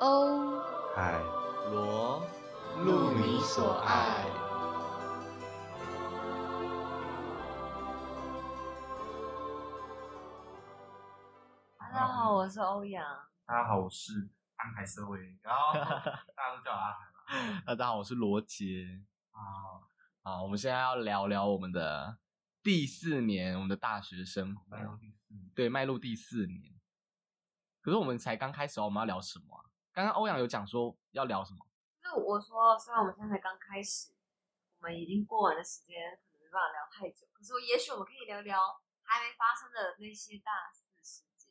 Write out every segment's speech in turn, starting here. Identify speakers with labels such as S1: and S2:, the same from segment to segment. S1: 欧
S2: 海
S3: 罗
S1: 路你所爱。 大家好，我是欧阳。
S2: 大家好，我是安海瑟薇，然后大家都叫我阿海
S3: 大家好，我是罗杰。
S2: 啊。
S3: 啊，我们现在要聊聊我们的第四年，我们的大学生活
S2: 来，到第四名，
S3: 对，迈入第四年。可是我们才刚开始哦，我们要聊什么啊？刚刚欧阳有讲说要聊什么？
S1: 就是我说，虽然我们现在才刚开始，我们已经过完的时间可能没办法聊太久，可是也许我们可以聊聊还没发生的那些大事事件，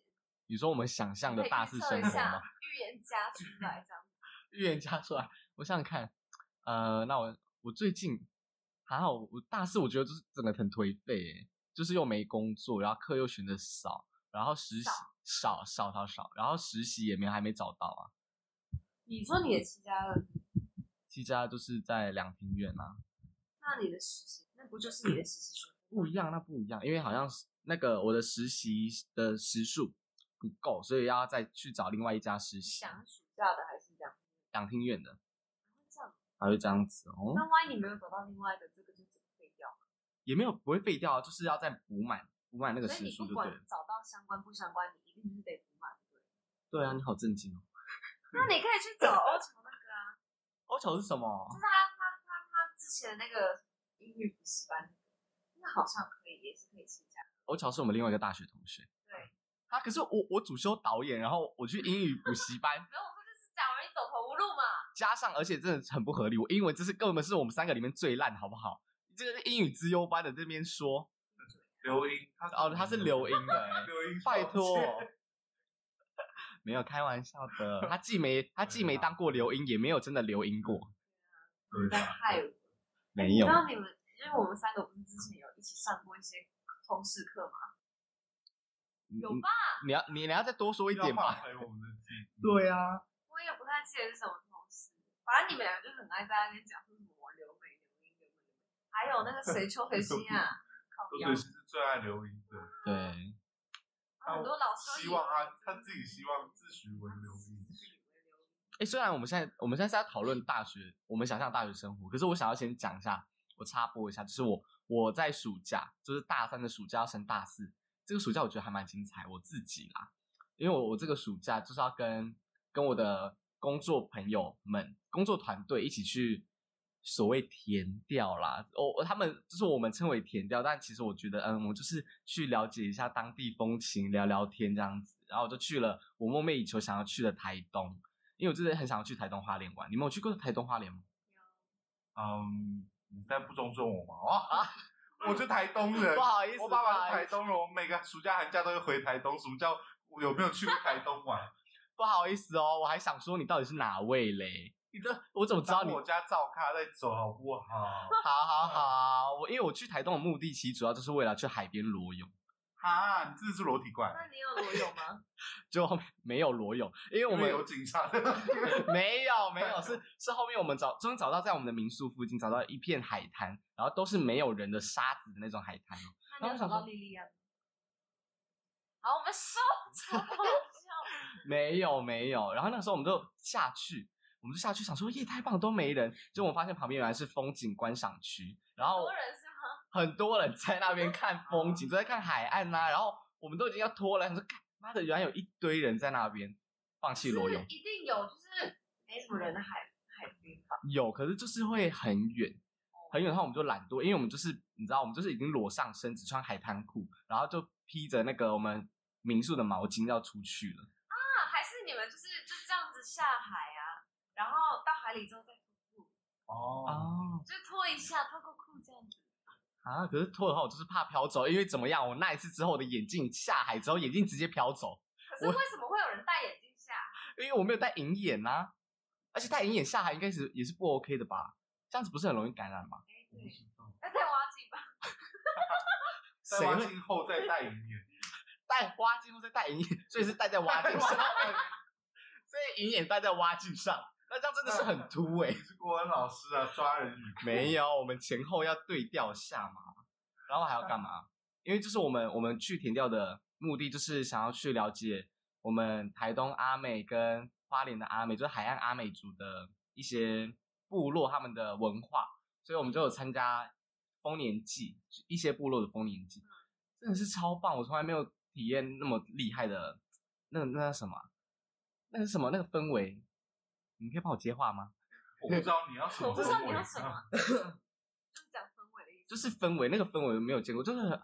S3: 你说我们想象
S1: 可
S3: 的
S1: 以
S3: 大
S1: 预
S3: 四
S1: 测
S3: 生
S1: 一
S3: 活
S1: 下
S3: 吗？
S1: 预言家出来这样子。
S3: 预言家出来，我想想看，呃，那我我最近还好，我大四我觉得就是整个很颓废耶，就是又没工作，然后课又选的少，然后实习少少少少，然后实习也没还没找到啊。
S1: 你说你的七加二，
S3: 七家就是在两庭院啊，
S1: 那你的实习，那不就是你的实习学分？
S3: 不一样，那不一样，因为好像是那个我的实习的时数不够，所以要再去找另外一家实
S1: 你
S3: 习
S1: 想暑假的还是这样？
S3: 两庭院的，
S1: 这样，
S3: 然后就这样子哦，
S1: 那万一你没有找到另外的，这个就整个废掉。
S3: 也没有不会废掉啊，就是要再补满补满那个
S1: 所
S3: 时
S1: 以你
S3: 数
S1: 不
S3: 就对了
S1: 管。找到相关不相关，你一定是得补 满，对不对。
S3: 对啊，你好震惊哦。
S1: 那你可以去找欧乔那个啊，
S3: 欧球是什么？
S1: 就是他他他他之前那个英语补习班，那好像可以，也是可以请假。
S3: 欧乔是我们另外一个大学同学。
S1: 对。，
S3: 他、可是我我主修导演，然后我去英语补习班
S1: 没有，我们就是讲容易走投无路嘛。
S3: 加上而且真的很不合理，我英文知识根本是我们三个里面最烂，好不好？这个英语资优班的这边说，
S2: 刘英，他
S3: 哦，他
S1: 嗯
S3: 是留英的、 欸，
S2: 刘英，
S3: 拜托，没有开玩笑的，他既没他既
S1: 啊
S3: 没当过留英，也没有真的留英
S1: 嗯
S3: 过，
S2: 对
S1: 在
S2: 啊
S1: 害我。
S3: 没
S1: 你
S3: 有
S1: 知。道你们，因为我们三个不是之前有一起上过一些通识课嘛？
S3: 你
S1: 有吧？啊
S3: 你要你你要再多说一
S2: 要
S3: 点吧
S2: 骂。回我们的 记忆。
S3: 对啊，
S1: 我也不太记得是什么同事，反正你们两个就很爱在那边讲说什么我留美留英留美留美，还有那个谁邱培新啊，靠
S2: 周
S1: 腰
S2: 水，星是最爱刘英的，
S3: 对，
S1: 很多老师都
S2: 希望啊
S1: 以为
S2: 他他自己希望自诩为刘英。
S1: 自己以为留英
S3: 哎、虽然我们现在我们现在是在讨论大学，我们想象大学生活，可是我想要先讲一下，我插播一下，就是我我在暑假，就是大三的暑假要升大四，这个暑假我觉得还蛮精彩，我自己啦，因为我我这个暑假就是要跟跟我的工作朋友们、工作团队一起去所谓填调啦，我、他们就是我们称为填调，但其实我觉得，嗯，我就是去了解一下当地风情，聊聊天这样子，然后我就去了我梦寐以求想要去的台东。因为我真的很想要去台东花莲玩。你们有去过台东花莲吗？
S2: 嗯，你在不尊重我吗？哦，我是台东人
S3: 啊不，好意思，
S2: 啊我爸
S3: 不
S2: 爸
S3: 好
S2: 是
S3: 意
S2: 台东人，我每个暑假寒假都会回台东。暑假我有没有去过台东玩？
S3: 不好意思哦，我还想说你到底是哪位嘞？ 你这我怎么知道
S2: 当
S3: 你？
S2: 我家照咖在走，好不好？
S3: 好好好，我因为我去台东的目的其实主要就是为了去海边裸泳，
S2: 哈，你真的是裸体怪，
S1: 那你有裸泳吗？
S3: 就后面没有裸泳，因为我
S2: 因
S3: 们
S2: 为有警察。
S3: 没有没有是是后面我们找终于找到在我们的民宿附近找到一片海滩，然后都是没有人的沙子的那种海滩哦。
S1: 那你有找到莉莉安吗？好，我们 收场，好笑。
S3: 没有没有，然后那时候我们就下去，我们就下去想说耶太棒了都没人，结果我发现旁边原来是风景观赏区，然
S1: 很
S3: 后
S1: 多人是 吗？
S3: 很多人在那边看风景，都在看海岸呐、然后我们都已经要脱了，想说干妈的，原来有一堆人在那边放弃裸
S1: 是
S3: 泳。
S1: 一定有，就是没什么人的海海边吧？
S3: 有，可是就是会很远，很远的话我们就懒惰，因为我们就是你知道，我们就是已经裸上身，只穿海滩裤，然后就披着那个我们民宿的毛巾要出去了。
S1: 啊，还是你们就是就是这样子下海啊，然后到海里之后再脱裤，
S2: 哦，
S3: 哦
S1: 就脱一下，脱个裤这样子。
S3: 啊！可是脱的话，我就是怕飘走，因为怎么样，我那一次之后，我的眼镜下海之后，眼镜直接飘走，
S1: 可是为什么会有人戴眼镜下？
S3: 因为我没有戴银眼呐、啊，而且戴银眼下海应该是也是不 OK 的吧？这样子不是很容易感染吗？
S1: 哎，对，那再挖井吧。
S2: 戴
S3: 谁
S2: 挖
S3: 会
S2: 镜后再戴银眼，
S3: 戴蛙镜或者戴银眼，所以是戴在蛙镜上，所以银眼戴在蛙镜上，那这样真的是很突哎、
S2: 你是国文老师啊，抓人语库
S3: 没有，我们前后要对调下嘛，然后还要干嘛？因为就是我们我们去填调的目的就是想要去了解我们台东阿美跟花莲的阿美，就是海岸阿美族的一些部落他们的文化，所以我们就有参加丰年祭，一些部落的丰年祭，真的是超棒，我从来没有体验那么厉害的那那什么，啊那是什么那个氛围，你可以帮我接话吗？
S2: 我不知道你要什么
S1: 我不知道你要什
S2: 氛围
S1: 么，就是讲氛围的意思。
S3: 就是氛围，那个氛围没有见过，就是很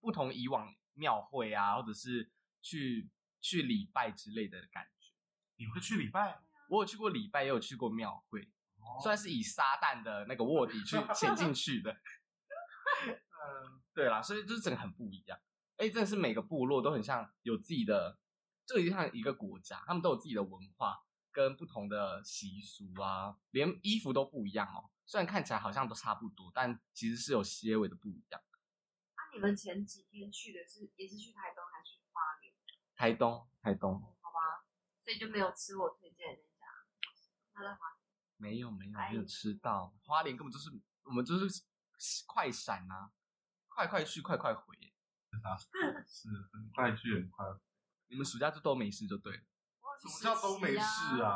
S3: 不同以往庙会啊，或者是去去礼拜之类的感觉。
S2: 你会去礼拜？
S3: 我有去过礼拜，也有去过庙会，
S2: 哦
S3: 虽然是以撒旦的那个卧底去潜进去的，
S2: 嗯
S3: 对啦，所以就是整个很不一样。哎，真的是每个部落都很像有自己的，就有点像一个国家，他们都有自己的文化跟不同的习俗啊，连衣服都不一样哦。虽然看起来好像都差不多，但其实是有些微的不一样。
S1: 那、啊你们前几天去的是也是去台东还是去花莲？
S3: 台东，台东
S1: 好吧，所以就没有吃我推荐的那家。他在花
S3: 没有没有
S1: 哎
S3: 没有吃到，花莲根本就是我们就是快闪啊，快快去快快回。
S2: 是很快去很快，
S3: 你们暑假就都没事就对了
S1: 我有去
S2: 什么叫
S1: 实
S2: 都
S1: 习
S2: 没事
S1: 啊？
S2: 啊？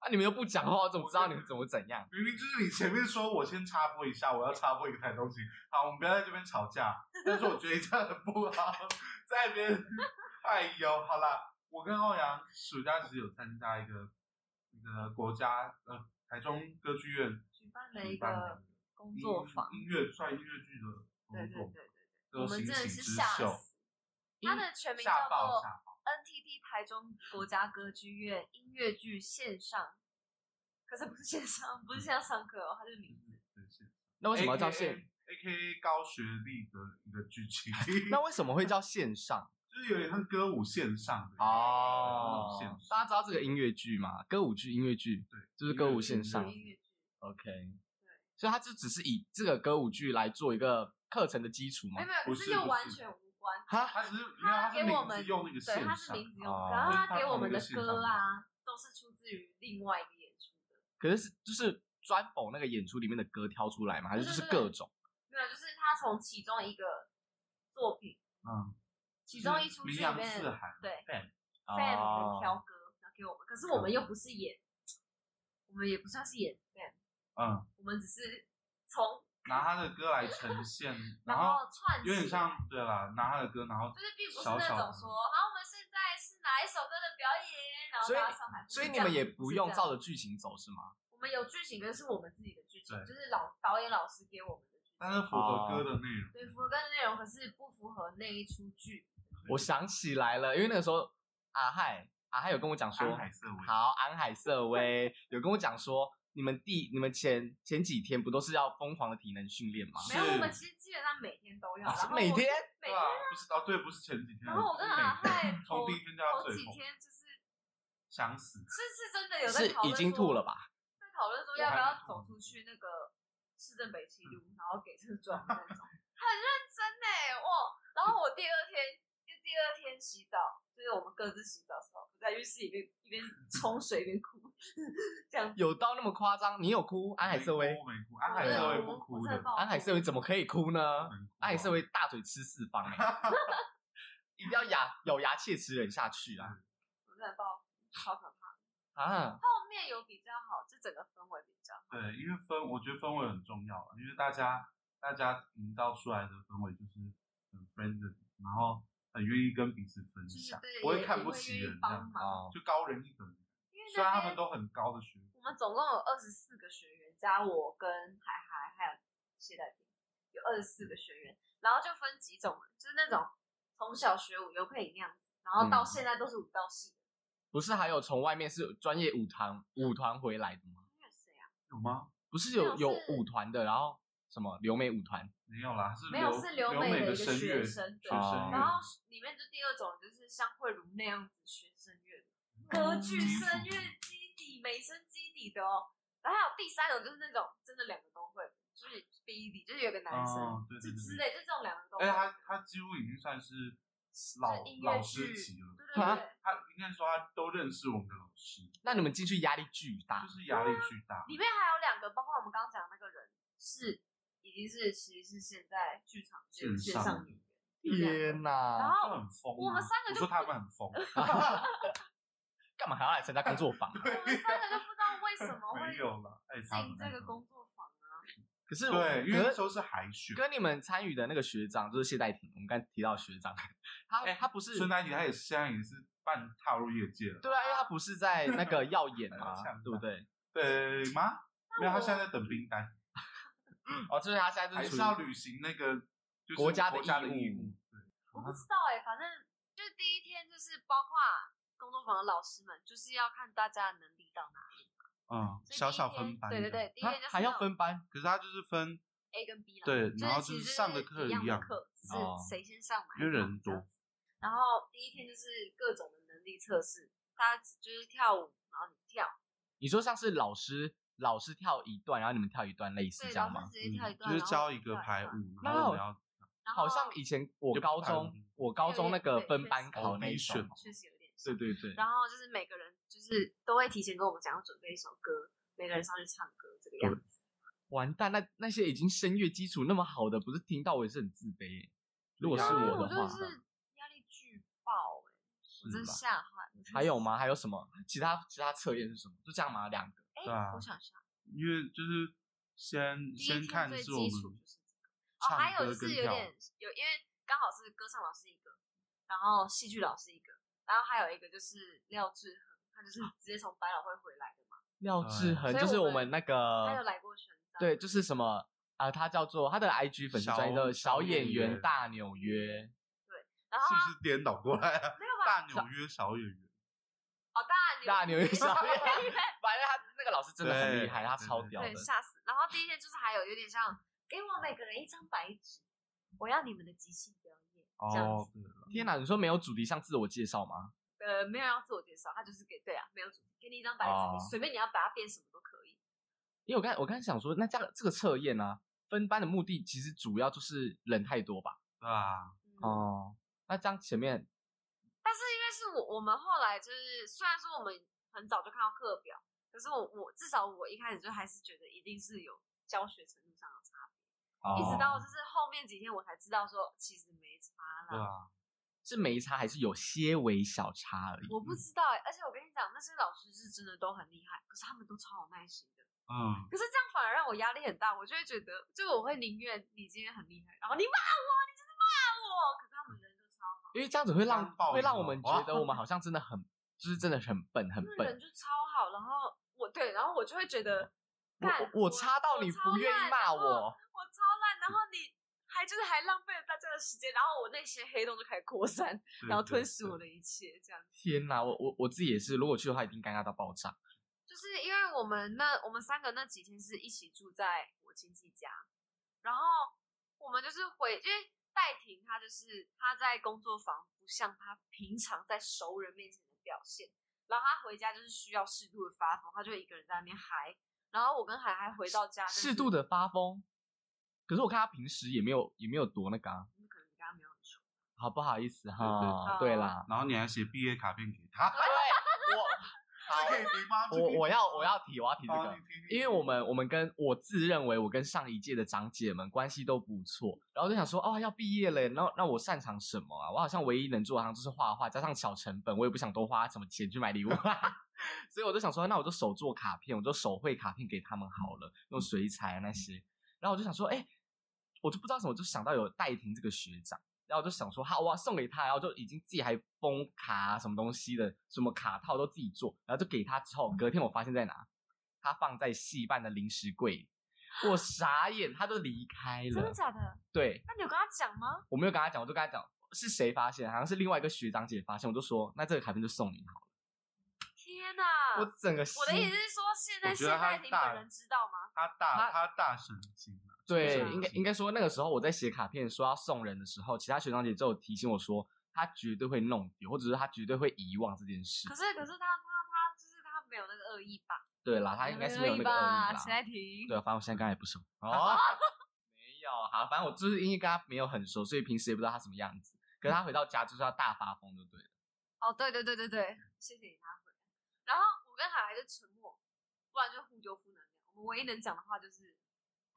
S3: 啊！你们又不讲话，我怎么知道你们怎么怎样？
S2: 明明就是你前面说我先插播一下，我要插播一个台东西。好，我们不要在这边吵 架，但是我觉得这样很不好， 在那边，哎呦，好啦，我跟欧阳暑假其实有参加一个那个国家呃台中歌剧院
S1: 举办了一
S2: 举办
S1: 个
S2: 的
S1: 工作坊，
S2: 音音乐算音乐剧的
S1: 对
S2: 工
S1: 对对
S2: 作，
S1: 对对，
S2: 叫
S1: 我
S2: 做
S1: 们
S2: 行
S1: 真的
S2: 起
S1: 是
S2: 之
S1: 吓
S2: 秀，
S1: 死。它的全名
S2: 吓
S1: 叫
S2: 爆
S1: 做
S2: 吓爆，
S1: NTT 台中国家歌剧院音乐剧线上，可是不是线上，不是线上上课哦，它是名字。
S2: 对是
S3: 那为什么要叫
S1: 哎
S2: AKA
S3: 线？
S2: ？A.K.A. 高学历的一个剧 情，
S3: 那为什么会叫 线上？
S2: 就是有点像歌舞线上的
S3: 哦
S2: 对歌舞线，
S3: 大家知道这个音乐剧吗？歌舞剧、音乐剧，
S2: 对，
S3: 就是歌舞线上
S1: 有音乐剧，
S3: OK，所以它就只是以这个歌舞剧来做一个课程的基础
S1: 没
S3: 吗
S1: 有？没有，可
S2: 不是
S1: 又
S2: 不是
S1: 完全无关。
S3: 哈，
S2: 他只是没有
S1: 他
S2: 他是
S1: 给我
S2: 名
S1: 们
S2: 字用那个线
S1: 对，
S2: 上，
S1: 他是名字用，
S3: 哦
S1: 然后
S2: 就是
S1: 他给
S2: 他
S1: 我
S2: 同
S1: 们
S2: 一个
S1: 的
S2: 线上
S1: 歌
S2: 的
S1: 啊，都是出自于另外一个演出的。
S3: 可是就是专否那个演出里面的歌挑出来吗？还是就是
S1: 对对对
S3: 各种？
S1: 没有，就是他从其中一个作品，
S2: 嗯，
S1: 其中一出
S2: 名
S1: 剧里
S2: 扬
S1: 面
S2: 四海，
S1: 对
S2: 对，
S1: ，fan
S3: 哦
S1: 的挑歌然后给我们，可是我们又不是演，我们也不算是演 fan，
S2: 嗯，
S1: 我们只是从
S2: 拿他的歌来呈 现，然
S1: 后
S2: 后
S1: 串起
S2: 有
S1: 来，
S2: 点像对啦，拿他的歌，然后
S1: 就是并不是
S2: 小
S1: 那
S2: 小
S1: 种
S2: 的
S1: 说，然后我们现在是哪一首歌的表演，然后
S3: 所以
S1: 大家上台，不是
S3: 所以你
S1: 这样
S3: 们也
S1: 子
S3: 不
S1: 是
S3: 用
S1: 这样
S3: 照着剧情走是吗？
S1: 我们有剧情，可是我们自己的剧情，
S2: 对
S1: 就是老导演老师给我们的剧情，
S2: 但是符合
S3: 哦
S2: 歌的内容，
S1: 对，符合跟内容，可是不符合那一出剧。
S3: 我想起来了，因为那个时候啊阿亥阿亥有跟我讲说
S2: 安，海瑟薇，
S3: 好，安海瑟薇有跟我讲说，你们第你们前前几天不都是要疯狂的体能训练吗？
S1: 没有，
S2: 是
S1: 我们其实基本上每天都要，然后我
S3: 每
S1: 每
S3: 天
S2: 对
S1: 天
S2: 啊，，不是哦，对，不是前几天，
S1: 然后我跟阿
S2: 就是
S1: 泰
S2: 每
S1: 头
S2: 从第一天就要
S1: 头
S2: 最
S1: 几
S2: 疯，
S1: 天就是
S2: 想死，
S1: 是是真的有在
S3: 是
S1: 讨论，
S3: 已经吐了，吧？
S1: 在讨论说
S2: 啊
S1: 要不要走出去那个市政北七
S2: 嗯
S1: 路，然后给这转的那 种，很认真哎、哇！然后我第二天就第二天洗澡，就是我们各自洗澡的时候，我在浴室里面一边冲水一边哭，这样子。
S3: 有到那么夸张？你有哭？安海瑟
S2: 没
S3: 薇，
S2: 哭没哭，安海瑟薇不哭
S1: 啊我真
S2: 的
S1: 的，爆哭
S3: 安海瑟薇怎么可以哭呢？
S1: 哦
S3: 安海瑟
S2: 薇
S3: 薇大嘴吃四方、欸， 一定要牙咬牙切齿忍下去啊！
S1: 我真的爆哭，好可怕。嗯
S3: 啊，
S1: 后面有比较好，就整个氛围比较好。
S2: 对，因为氛，我觉得氛围很重要啊，因为大家大家营造出来的氛围就是很 friendly，然后很愿意跟彼此分
S1: 就是
S2: 享，
S1: 对，
S2: 不会
S1: 也
S2: 看
S1: 也
S2: 不
S1: 会
S2: 起
S1: 愿意
S2: 人这
S1: 帮
S2: 样，
S1: 忙，
S3: 哦，
S2: 就高人一等。
S1: 因为
S2: 虽然
S1: 那
S2: 他们
S1: 边
S2: 都很高的学历，
S1: 我们总共有二十四个学员，加我跟海涵还有谢代平，有二十四个学员，然后就分几种人，就是那种从小学舞尤佩影那样子，然
S2: 嗯
S1: 后到现在都是舞蹈系的。
S3: 不是还有从外面是专业舞团舞团回来的吗？
S1: 还有谁啊？
S2: 有吗？
S3: 不是有
S1: 没
S3: 有
S1: 有是
S3: 舞团的，然后什么留美舞团
S2: 没有啦，是
S1: 没有
S2: 留
S1: 是
S2: 留
S1: 留美的一
S2: 的
S1: 个
S2: 声乐
S1: 学生
S2: 学
S1: 对
S2: 生
S1: 然
S2: 乐
S1: 后里面就第二种就是像慧茹那样子学声乐的，
S2: 嗯
S1: 歌剧声乐基底、美声基底的哦。然后还有第三种就是那种真的两个都会，就是 Billy，就是有个男生，
S2: 嗯，对
S1: 就
S2: 对
S1: 之
S2: 对。
S1: 类，就这种两个都会。
S2: 哎，他他几乎已经算是老
S1: 音乐
S2: 老
S1: 剧
S2: 师级了，
S1: 对对
S3: 啊
S1: 对。
S2: 他应该说他都认识我们的老师，
S3: 那你们进去压力巨大
S2: 就，是压力
S1: 啊
S2: 巨大。
S1: 里面还有两个，包括我们刚刚讲的那个人是已经是其实是现在剧场界的
S2: 线
S1: 线
S2: 上
S1: 上演员，一两个
S3: 天
S1: 然
S3: 哪！
S2: 就
S1: 后
S2: 很疯啊。
S1: 我们三个
S2: 我
S1: 就
S2: 说他们很 疯，
S3: 干嘛还要来参加工作坊啊？
S1: 我们三个就不知道为什 么会
S2: 没有了，爱他们
S1: 进这个工作坊。
S3: 可是我
S2: 对，因为
S3: 可
S2: 那
S3: 是
S2: 时候是海选，
S3: 跟你们参与的那个学长就是谢代廷，我们刚才提到的学长，他、
S2: 哎
S3: 他不是
S2: 孙丹妮她也是现在也是半踏入业界了，
S3: 对啊，因为他不是在那个耀眼 嘛
S2: 像吧，
S3: 对不对？
S2: 对吗？没有，
S1: 我
S2: 她现在在等冰单，
S3: 哦，就是他现在
S2: 还
S3: 就是是
S2: 要
S3: 处于
S2: 履行那个就是
S3: 国家的
S2: 国家的
S3: 义
S2: 义
S3: 务
S2: 务。对
S1: 我不知道哎、反正就是第一天，就是包括工作坊的老师们，就是要看大家的能力到哪。
S2: 嗯，
S1: 所以
S2: 小
S1: 第一
S2: 小
S1: 天
S2: 分班，
S1: 对对对，，第一
S3: 啊
S1: 天就是
S3: 还
S1: 那
S3: 要
S1: 种
S3: 分班，
S2: 可是他就是分
S1: A 跟 B 啦。
S2: 对，
S1: 就
S2: 然后
S1: 其
S2: 就是
S1: 实
S2: 上的课
S1: 一样
S2: 样
S1: 的，课，只是
S3: 哦
S1: 谁先上哪一
S2: 因为
S1: 堂
S2: 人
S1: 这样
S2: 多
S1: 子然后第一天就是各种的能力测试，大家就是跳舞，然后你跳，
S3: 你说像是老师老师跳一段，然后你们跳一段类似
S1: 对，
S3: 这
S1: 老
S3: 样吗
S1: 师？直接跳一
S2: 嗯
S1: 段，
S2: 就是
S1: 然后
S2: 教
S1: 你
S2: 一个
S1: 跳
S2: 排
S1: 段，
S2: 舞，
S3: 那
S2: 然后
S3: 我
S2: 我要
S1: 然后
S3: 好像以前我
S2: 就
S3: 高
S2: 排
S3: 中
S2: 舞
S3: 我高中那个
S1: 对
S3: 分
S1: 确
S3: 班
S1: 实
S3: 考哦那一首，
S2: Audition
S1: 确实有点像
S3: 对。对对，
S1: 然后就是每个人就是都会提前跟我们讲要准备一首歌，每个人上去唱歌这个样子。
S3: 完蛋，那那些已经声乐基础那么好的，不是听到我也是很自卑耶。如果是
S2: 对啊
S3: 的
S1: 我就
S3: 话，
S1: 是压力巨爆哎、我
S2: 嗯
S1: 真
S3: 吧
S1: 吓坏。
S3: 还有？吗？还有什么？其他其他测验是什么？就这样吗？两个。
S1: 哎、
S2: 对啊
S1: 我想一下，
S2: 因为就是
S1: 第
S2: 先
S1: 一
S2: 先
S1: 天
S2: 看
S1: 最
S2: 是我
S1: 基础
S2: 们
S1: 就是这个。哦，还
S2: 唱
S1: 有
S2: 歌
S1: 就
S2: 跟
S1: 是有
S2: 跳
S1: 点
S2: 舞，
S1: 有，因为刚好是歌唱老师一个，然后戏剧老师一个，然后还有一个就是廖志恒，他就是直接从百老汇回来的嘛，
S3: 廖志恒
S1: 所以
S3: 就是
S1: 我
S3: 我
S1: 们
S3: 们那
S1: 他
S2: 呃
S1: 有
S3: 个，
S1: 来过全章。
S3: 对，就是什么啊、呃他叫做他的 IG 粉丝
S2: 小
S3: 专业叫做小
S2: 小演
S3: 演员
S2: 员
S3: 大纽约，
S1: 然后
S2: 是
S1: 他
S2: 不是颠倒过来 啊？
S1: 没有吧？
S2: 大纽约小演员，
S1: 哦，大
S3: 大
S1: 牛
S3: 纽约小演
S1: 对
S3: 员，反正他那个老师真的很厉害，
S2: 对
S3: 他超
S2: 对
S3: 屌的
S1: 对，。吓死。然后第一天就是还有有点像，给我每个人一张白纸，我要你们的即兴表演，这样子。
S2: 哦，对了，
S3: 天哪，你说没有主题像自我介绍吗？
S1: 呃，没有要自我介绍，他就是给对啊，没有主题，给你一张白纸，
S3: 哦
S1: 你随便你要把它变什么都可以。
S3: 因为我刚才我刚才想说，那这样这个测验呢、啊，分班的目的其实主要就是人太多吧？
S2: 对啊，
S1: 嗯、
S3: 哦，那这样前面
S1: 但是因为是我我们后来就是，虽然说我们很早就看到课表，可是我我至少我一开始就还是觉得一定是有教学程度上的差别，
S3: 哦
S1: 一直到就是后面几天我才知道说其实没差
S2: 对
S1: 啦。
S2: 啊，
S3: 是没差，还是有些微小差而已。
S1: 我不知道哎、而且我跟你讲，那些老师是真的都很厉害，可是他们都超有耐心的。
S2: 嗯，
S1: 可是这样反而让我压力很大，我就会觉得，就我会宁愿你今天很厉害，然后你骂我，你就是骂我。可是他们人都超好，
S3: 因为这样子会让
S2: 当报应
S3: 会让我
S2: 了
S3: 们
S2: 哇
S3: 觉得我们好像真的很就是真的很笨
S1: 他
S3: 很
S1: 们人
S3: 笨。
S1: 就超好。然后我对，然后我就会觉得，
S3: 我
S1: 干
S3: 我我差到
S1: 我
S3: 你
S1: 超
S3: 不愿
S1: 烂
S3: 意骂
S1: 然后
S3: 我，
S1: 我超烂，然后你还就是还浪费了大家的时间，然后我那些黑洞就开始扩散，
S2: 对
S1: 然后
S2: 对
S1: 吞噬
S2: 对
S1: 我的一切，这样。
S3: 天哪！我我我自己也是，如果去的话一定尴尬到爆
S1: 啊
S3: 炸。
S1: 就是因为我们那我们三个那几天是一起住在我亲戚家，然后我们就是回，因为戴婷她就是她在工作坊不像她平常在熟人面前的表现，然后她回家就是需要适度的发疯，她就一个人在那边嗨，然后我跟海海回到家、
S3: 适度
S1: 的，
S3: 的发疯，可是我看他平时也没有也没有多那个、啊，
S1: 你可能跟她没有很熟，
S3: 好不好意思哈？
S1: 对对
S3: 对
S1: 啊
S3: 啦，
S2: 然后你还写毕业卡片给 他，这可以
S3: 对
S2: 提吗？
S3: 我我我要我要提我要提这
S1: 哦
S2: 好，
S3: 个
S2: 你，提，
S3: 因为我们我们跟我自认为我跟上一届的长姐们关系都不错，然后就想说哦要毕业了，然后那我擅长什么啊？我好像唯一能做的好像就是画画，加上小成本，我也不想多花什么钱去买礼物，啊 所以我就想说那我就手做卡片，我就手绘卡片给他们好了，用水彩啊那些。然后我就想说，哎、我就不知道什么，我就想到有戴婷这个学长，然后我就想说，好哇，送给他，然后就已经自己还封卡、啊、什么东西的，什么卡套都自己做，然后就给他之后，隔天我发现在哪，他放在戏办的零食柜里，我傻眼，他就离开
S1: 真的
S3: 了。
S1: 假的？
S3: 对
S1: 那你有跟她讲吗？
S3: 我没有跟他讲，我就跟他讲是谁发现，好像是另外一个学长姐发现，我就说那这个卡片就送你好
S1: 天哪、
S3: 了。我整个
S1: 啊我的意
S3: 心
S1: 思是说，现在
S2: 我觉
S1: 现
S2: 得她
S1: 在婷
S2: 大
S1: 本人知道吗？
S2: 他大
S3: 他
S2: 他大神经了，
S3: 对
S1: 是啊，
S3: 应该应该说那个时候我在写卡片说要送人的时候，其他学长姐就有提醒我说，他绝对会弄丢，或者是他绝对会遗忘这件事
S1: 可。是可是她她她就是她没有那个恶意吧？
S3: 对啦，他应该是没有那个恶
S1: 吧？
S3: 意啦
S1: 起。来停。
S3: 对，反正我现在跟他也不熟。哦， 没有，好，反正我就是因为跟他没有很熟，所以平时也不知道他什么样子。可是他回到家就是要大发疯，就对了。
S1: 哦，对对对对对，谢谢你拿回来。然后我跟海海就沉默，不然就互丢互能量。我们唯一能讲的话就是，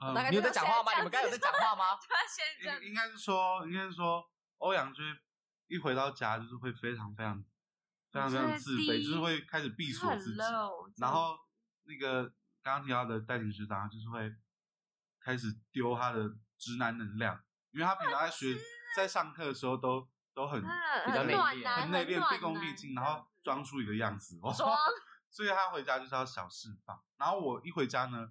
S2: 嗯
S1: 大概
S3: 你有
S1: 就
S3: 在
S1: 像
S3: 讲
S1: 现
S3: 话吗？
S1: 在这样
S3: 你们刚才有在
S1: 子
S3: 讲话吗？
S1: 突然先这样
S2: 应应该是说，应该是说，欧阳就会一回到家就是会非常非常非常非常自卑，就是会开始闭锁自己。
S1: low,
S2: 然后那个刚刚提到的代理学长，他就是会开始丢他的直男能量，因为他平常在学在上课的时候都都很
S3: 比
S1: 嗯，
S3: 较
S1: 很
S3: 内
S1: 暖
S3: 敛
S1: 男，
S2: 很内敛、
S1: 暖
S2: 毕恭毕
S1: 男
S2: 敬，然后装出一个样子，哇
S1: 装
S2: 所以他回家就是要小释放。然后我一回家呢，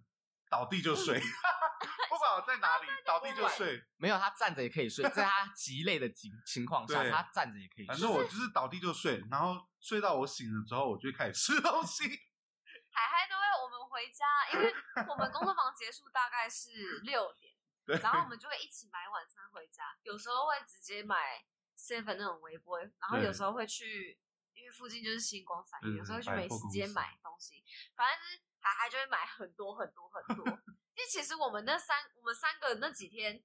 S2: 倒地
S1: 嗯
S2: 就睡， 不管我在哪 里，倒地就睡，
S3: 没有，他站着也可以睡，在他极累的情情况下，
S2: 对
S3: 他站着也可以睡。
S2: 反正我就是倒地就睡，然后睡到我醒了之后，我就开始吃东西。
S1: 海海都会我们回家，因为我们工作坊结束大概是六点，
S2: 对，
S1: 然后我们就会一起买晚餐回家，有时候会直接买 seven 那种微波，然后
S2: 对
S1: 有时候会去，因为附近就是星光三
S2: 对
S1: 月，
S2: 对
S1: 有时候会去
S2: 百
S1: 美
S2: 货
S1: 食
S2: 公
S1: 街
S2: 司
S1: 买东西，反正就是海海就会买很多很多很多。因为其实我们那三我们三个那几天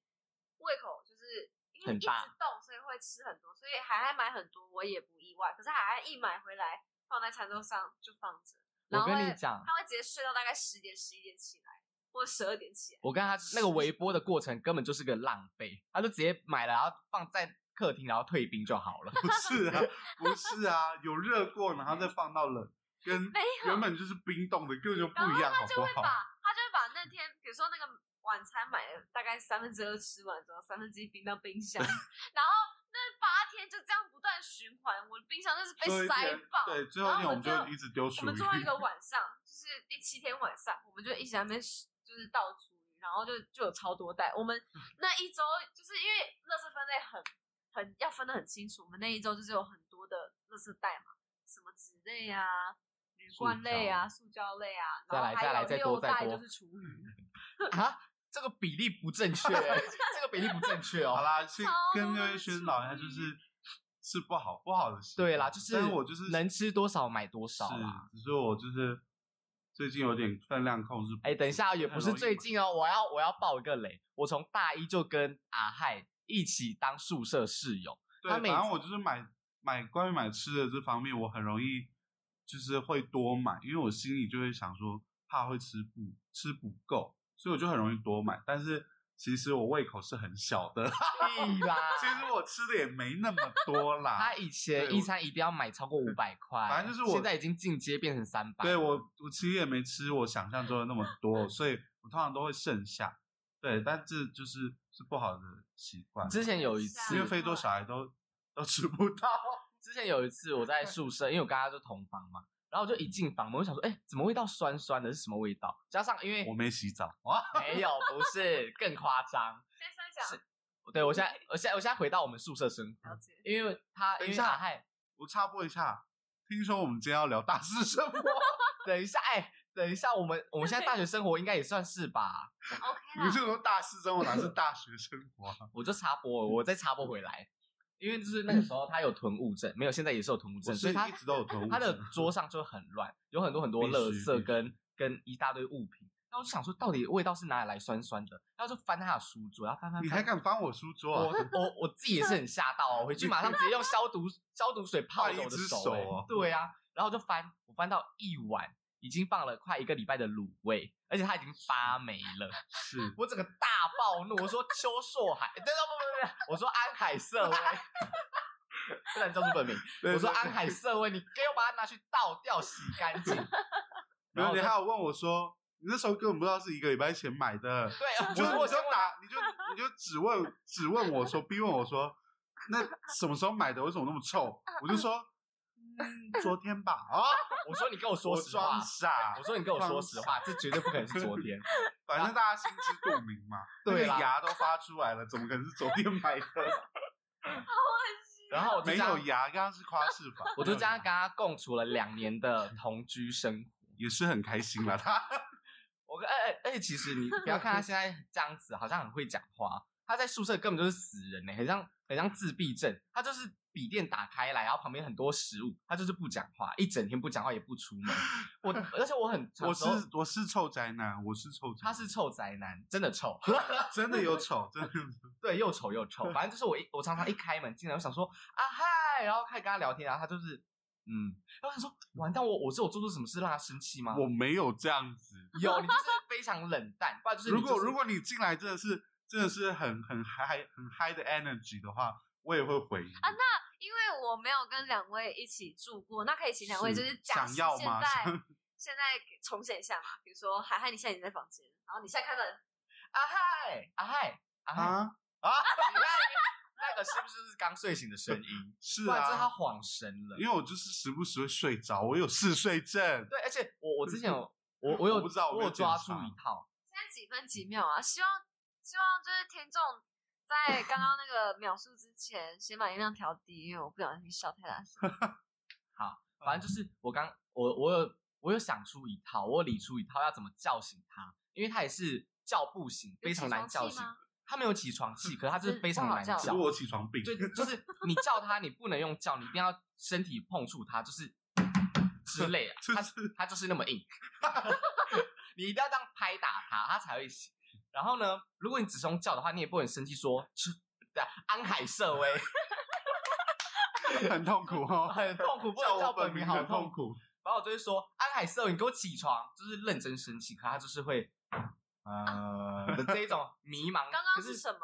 S1: 胃口就是。因为
S3: 很
S1: 一直
S3: 大
S1: 动，所以会吃很多，所以海海买很多，我也不意外。可是海海一买回来放在餐桌上就放着，然
S3: 我
S1: 后
S3: 跟
S1: 会
S3: 你讲，
S1: 他会直接睡到大概十点、十一点起来，或十二点起来。
S3: 我跟他那个微波的过程根本就是个浪费，他就直接买了，然后放在客厅，然后退冰就好了。
S2: 不是啊，不是啊，有热过，然后再放到冷，跟
S1: 没有
S2: 原本就是冰冻的根本就不
S1: 哎然后
S2: 一样，好
S1: 他就
S2: 不
S1: 会把
S2: 好？
S1: 他就会把那天，比如说那个晚餐买了大概三分之二吃完之后，三分之一冰到冰 箱，然后那八天就这样不断循环，我的冰箱就是被
S2: 最后一
S1: 塞
S2: 天
S1: 爆。
S2: 对，最后一
S1: 然
S2: 天
S1: 后我
S2: 我们
S1: 们最后
S2: 就一直丢
S1: 我
S2: 厨余
S1: 们，最后 一个晚上，就是第七天晚上，我们就一起在那边就是倒厨余，然后就就有超多袋。我们
S3: 嗯
S1: 那一周就是因为垃圾分类很很要分得很清楚，我们那一周就是有很多的垃圾袋嘛，什么纸类啊、铝罐类啊、塑胶类啊，
S3: 再
S1: 然
S3: 来
S1: 后
S3: 再
S1: 还
S3: 来
S1: 有
S3: 再多
S1: 六
S3: 再
S1: 袋
S3: 多
S1: 就是厨余。
S3: 啊，这个比例不 正确，这个比例不正确
S2: 好
S3: 哦。
S2: 啦，先
S1: 超
S2: 跟各位
S1: 多
S2: 宣
S1: 厨
S2: 导一下，
S1: 余
S2: 就是是不好不好的习惯。
S3: 对啦，就是
S2: 但是我就是
S3: 能吃多少买多少啦。
S2: 是，只是我就是最近有点分量控制不住。
S3: 哎，等一下也不
S2: 很
S3: 是
S2: 容易
S3: 最近哦，我要我要爆一个雷，我从大一就跟阿亥一起当宿舍室 友，
S2: 对，
S3: 他
S2: 反
S3: 每
S2: 正我就是买买关于买吃的这方面，我很容易就是会多买，因为我心里就会想说怕会吃不吃不够，所以我就很容易多买。但是其实我胃口是很小的，
S3: 屁啦！
S2: 其实我吃的也没那么多啦
S3: 他。以前
S2: 对
S3: 一
S2: 我
S3: 餐一定要买超过五百块，
S2: 反正就是我
S3: 现在已经进阶变成三百。
S2: 对我，我其实也没吃我想象中的那么 多，所以我通常都会剩下。对，但这就是是不好的习惯，
S3: 之前有一
S1: 啊
S3: 次
S2: 因为非洲小孩都 都吃不到。
S3: 之前有一次我在宿舍，因为我跟他就同房嘛，然后我就一进房门，我就想说，哎、怎么味道酸酸的？是什么味道？加上因为
S2: 我没洗澡哇，
S3: 没有，不是更夸张。
S1: 现在在讲
S3: 对我现在，我现在，我现在回到我们宿舍生活
S1: 了，解，
S3: 因为他，因
S2: 等一
S3: 为
S2: 下
S3: 阿亥，
S2: 我插播一下，听说我们今天要聊大四生 活，
S3: 等一下，哎、等一下，我们我们现在大学生活应该也算是吧？
S1: OK
S2: 你
S1: 啦
S2: 是。说大四生活哪是大学生活 啊？
S3: 我就插播了，我再插播回来，因为就是那个时候他有囤物症，没有，现在也是有囤物
S2: 我
S3: 症，所
S2: 是
S3: 以他
S2: 一直都有囤物
S3: 他的
S2: 症
S3: 桌上就很乱，有很多很多
S2: 必须
S3: 垃
S2: 必须
S3: 圾跟跟一大堆物品。然后我就想说，到底味道是哪里来酸酸的？然后就翻他的书桌，然后翻翻翻。
S2: 你还敢翻我书桌
S3: 我
S2: 啊？
S3: 我我自己也是很吓到哦，回去马上直接用消毒消毒水泡着我的手、
S2: 换一
S3: 欸
S2: 只手哦
S3: 对啊，然后我就翻，我翻到一碗已经放了快一个礼拜的卤味，而且它已经发霉了。
S2: 是
S3: 我整个大暴怒，我说邱硕海，对对不不不，我说安海瑟薇，不然你叫出本名。
S2: 对
S3: 我说啊
S2: 对对
S3: 安海瑟薇，你给我把它拿去倒掉洗干净。
S2: 没
S3: 然
S2: 有，
S3: 后
S2: 你
S3: 我
S2: 还有问我说，你那时候根本不知道是一个礼拜前买的，
S3: 对，
S2: 就
S3: 我
S2: 是
S3: 说
S2: 我
S3: 我
S2: 就
S3: 先问你，
S2: 打，你就你就只问只问我说，逼问我说，那什么时候买的？为什么那么臭？我就说，嗯，昨天吧。 啊，
S3: 我说你跟我说
S2: 我
S3: 实话
S2: 装，傻
S3: 我，说你跟我说实话，这绝对不可能是昨天。
S2: 反正大家心知肚明嘛。
S3: 对
S2: 那
S3: 啦
S2: 个牙都发出来了，怎么可能是昨天买的？
S3: 然后我就
S2: 没
S3: 这样
S2: 有牙，刚刚是夸饰法。
S3: 我就这样跟他共处了两年的同居生活。
S2: 也是很开心啦。他
S3: 我跟而而且其实你不要看他现在这样子，好像很会讲话，他在宿舍根本就是死人呢、欸很像很像自闭症。他就是笔电打开来，然后旁边很多食物，他就是不讲话，一整天不讲话也不出门。我而且我很
S2: 我
S3: 常
S2: 是
S3: 说
S2: 我是臭宅男，我是臭宅男，
S3: 他是臭宅男，真的臭，
S2: 真的有丑，真的有丑。
S3: 对，又丑又臭。反正就是我一我常常一开门进来，我想说啊嗨，然后开始跟他聊天，然后他就是嗯，然后想说完蛋，我我是有做出什么事让他生气吗？
S2: 我没有这样子。
S3: 有，你就是非常冷淡，不然就是你
S2: 如果
S3: 就是
S2: 如果你进来真的是真的是很很嗨很嗨的 energy 的话，我也会回忆
S1: 啊那因为我没有跟两位一起住过，那可以请两位
S2: 是
S1: 就是假
S2: 想
S1: 设
S2: 要
S1: 现
S2: 吗
S1: 在现在给重现一下嘛，比如说海海，你现在已经在房间，然后你现在看到
S3: 啊嗨啊嗨啊嗨 啊！
S2: 啊，
S3: 你看那个是不是就是刚睡醒的声音？
S2: 是
S3: 不然就是他
S2: 啊，
S3: 恍神了。
S2: 因为我就是时不时会睡着，我有嗜睡 症。
S3: 对，而且我我之 前有我我有
S2: 我不知道我
S3: 我
S2: 没有
S3: 有抓住
S2: 检查
S3: 一套，
S1: 现在几分几秒啊？希望希望就是听众在刚刚那个秒数之前，先把音量调低，因为我不小心笑太大声。
S3: 反正就是我刚我我有我有想出一套，我有理出一套要怎么叫醒他，因为他也是叫不醒，
S1: 有
S3: 非
S1: 起
S3: 常难
S1: 床
S3: 叫
S1: 气
S3: 醒
S1: 吗。
S3: 他没有起床 气，可是他就是是非常
S1: 不好
S3: 难
S1: 叫
S2: 可是
S3: 叫。
S2: 我有起床病，
S3: 对，就是你叫他，你不能用叫，你一定要身体碰触他，就是之 类啊，
S2: 就
S3: 他
S2: 是
S3: 他就是那么硬， 你一定要这样拍打他，他才会醒。然后呢，如果你只是用叫的话，你也不能生气说吃。对啊，安海瑟薇
S2: 很痛苦哦，
S3: 很痛苦，不
S2: 叫
S3: 能
S2: 我
S3: 叫
S2: 本
S3: 本
S2: 名
S3: 名，
S2: 很
S3: 好
S2: 痛
S3: 痛
S2: 苦。
S3: 然后我就会说安海瑟，你给我起床，就是认真生气，可他就是会呃的这一种迷 茫。
S1: 刚刚
S3: 可
S1: 是
S3: 是
S1: 什么？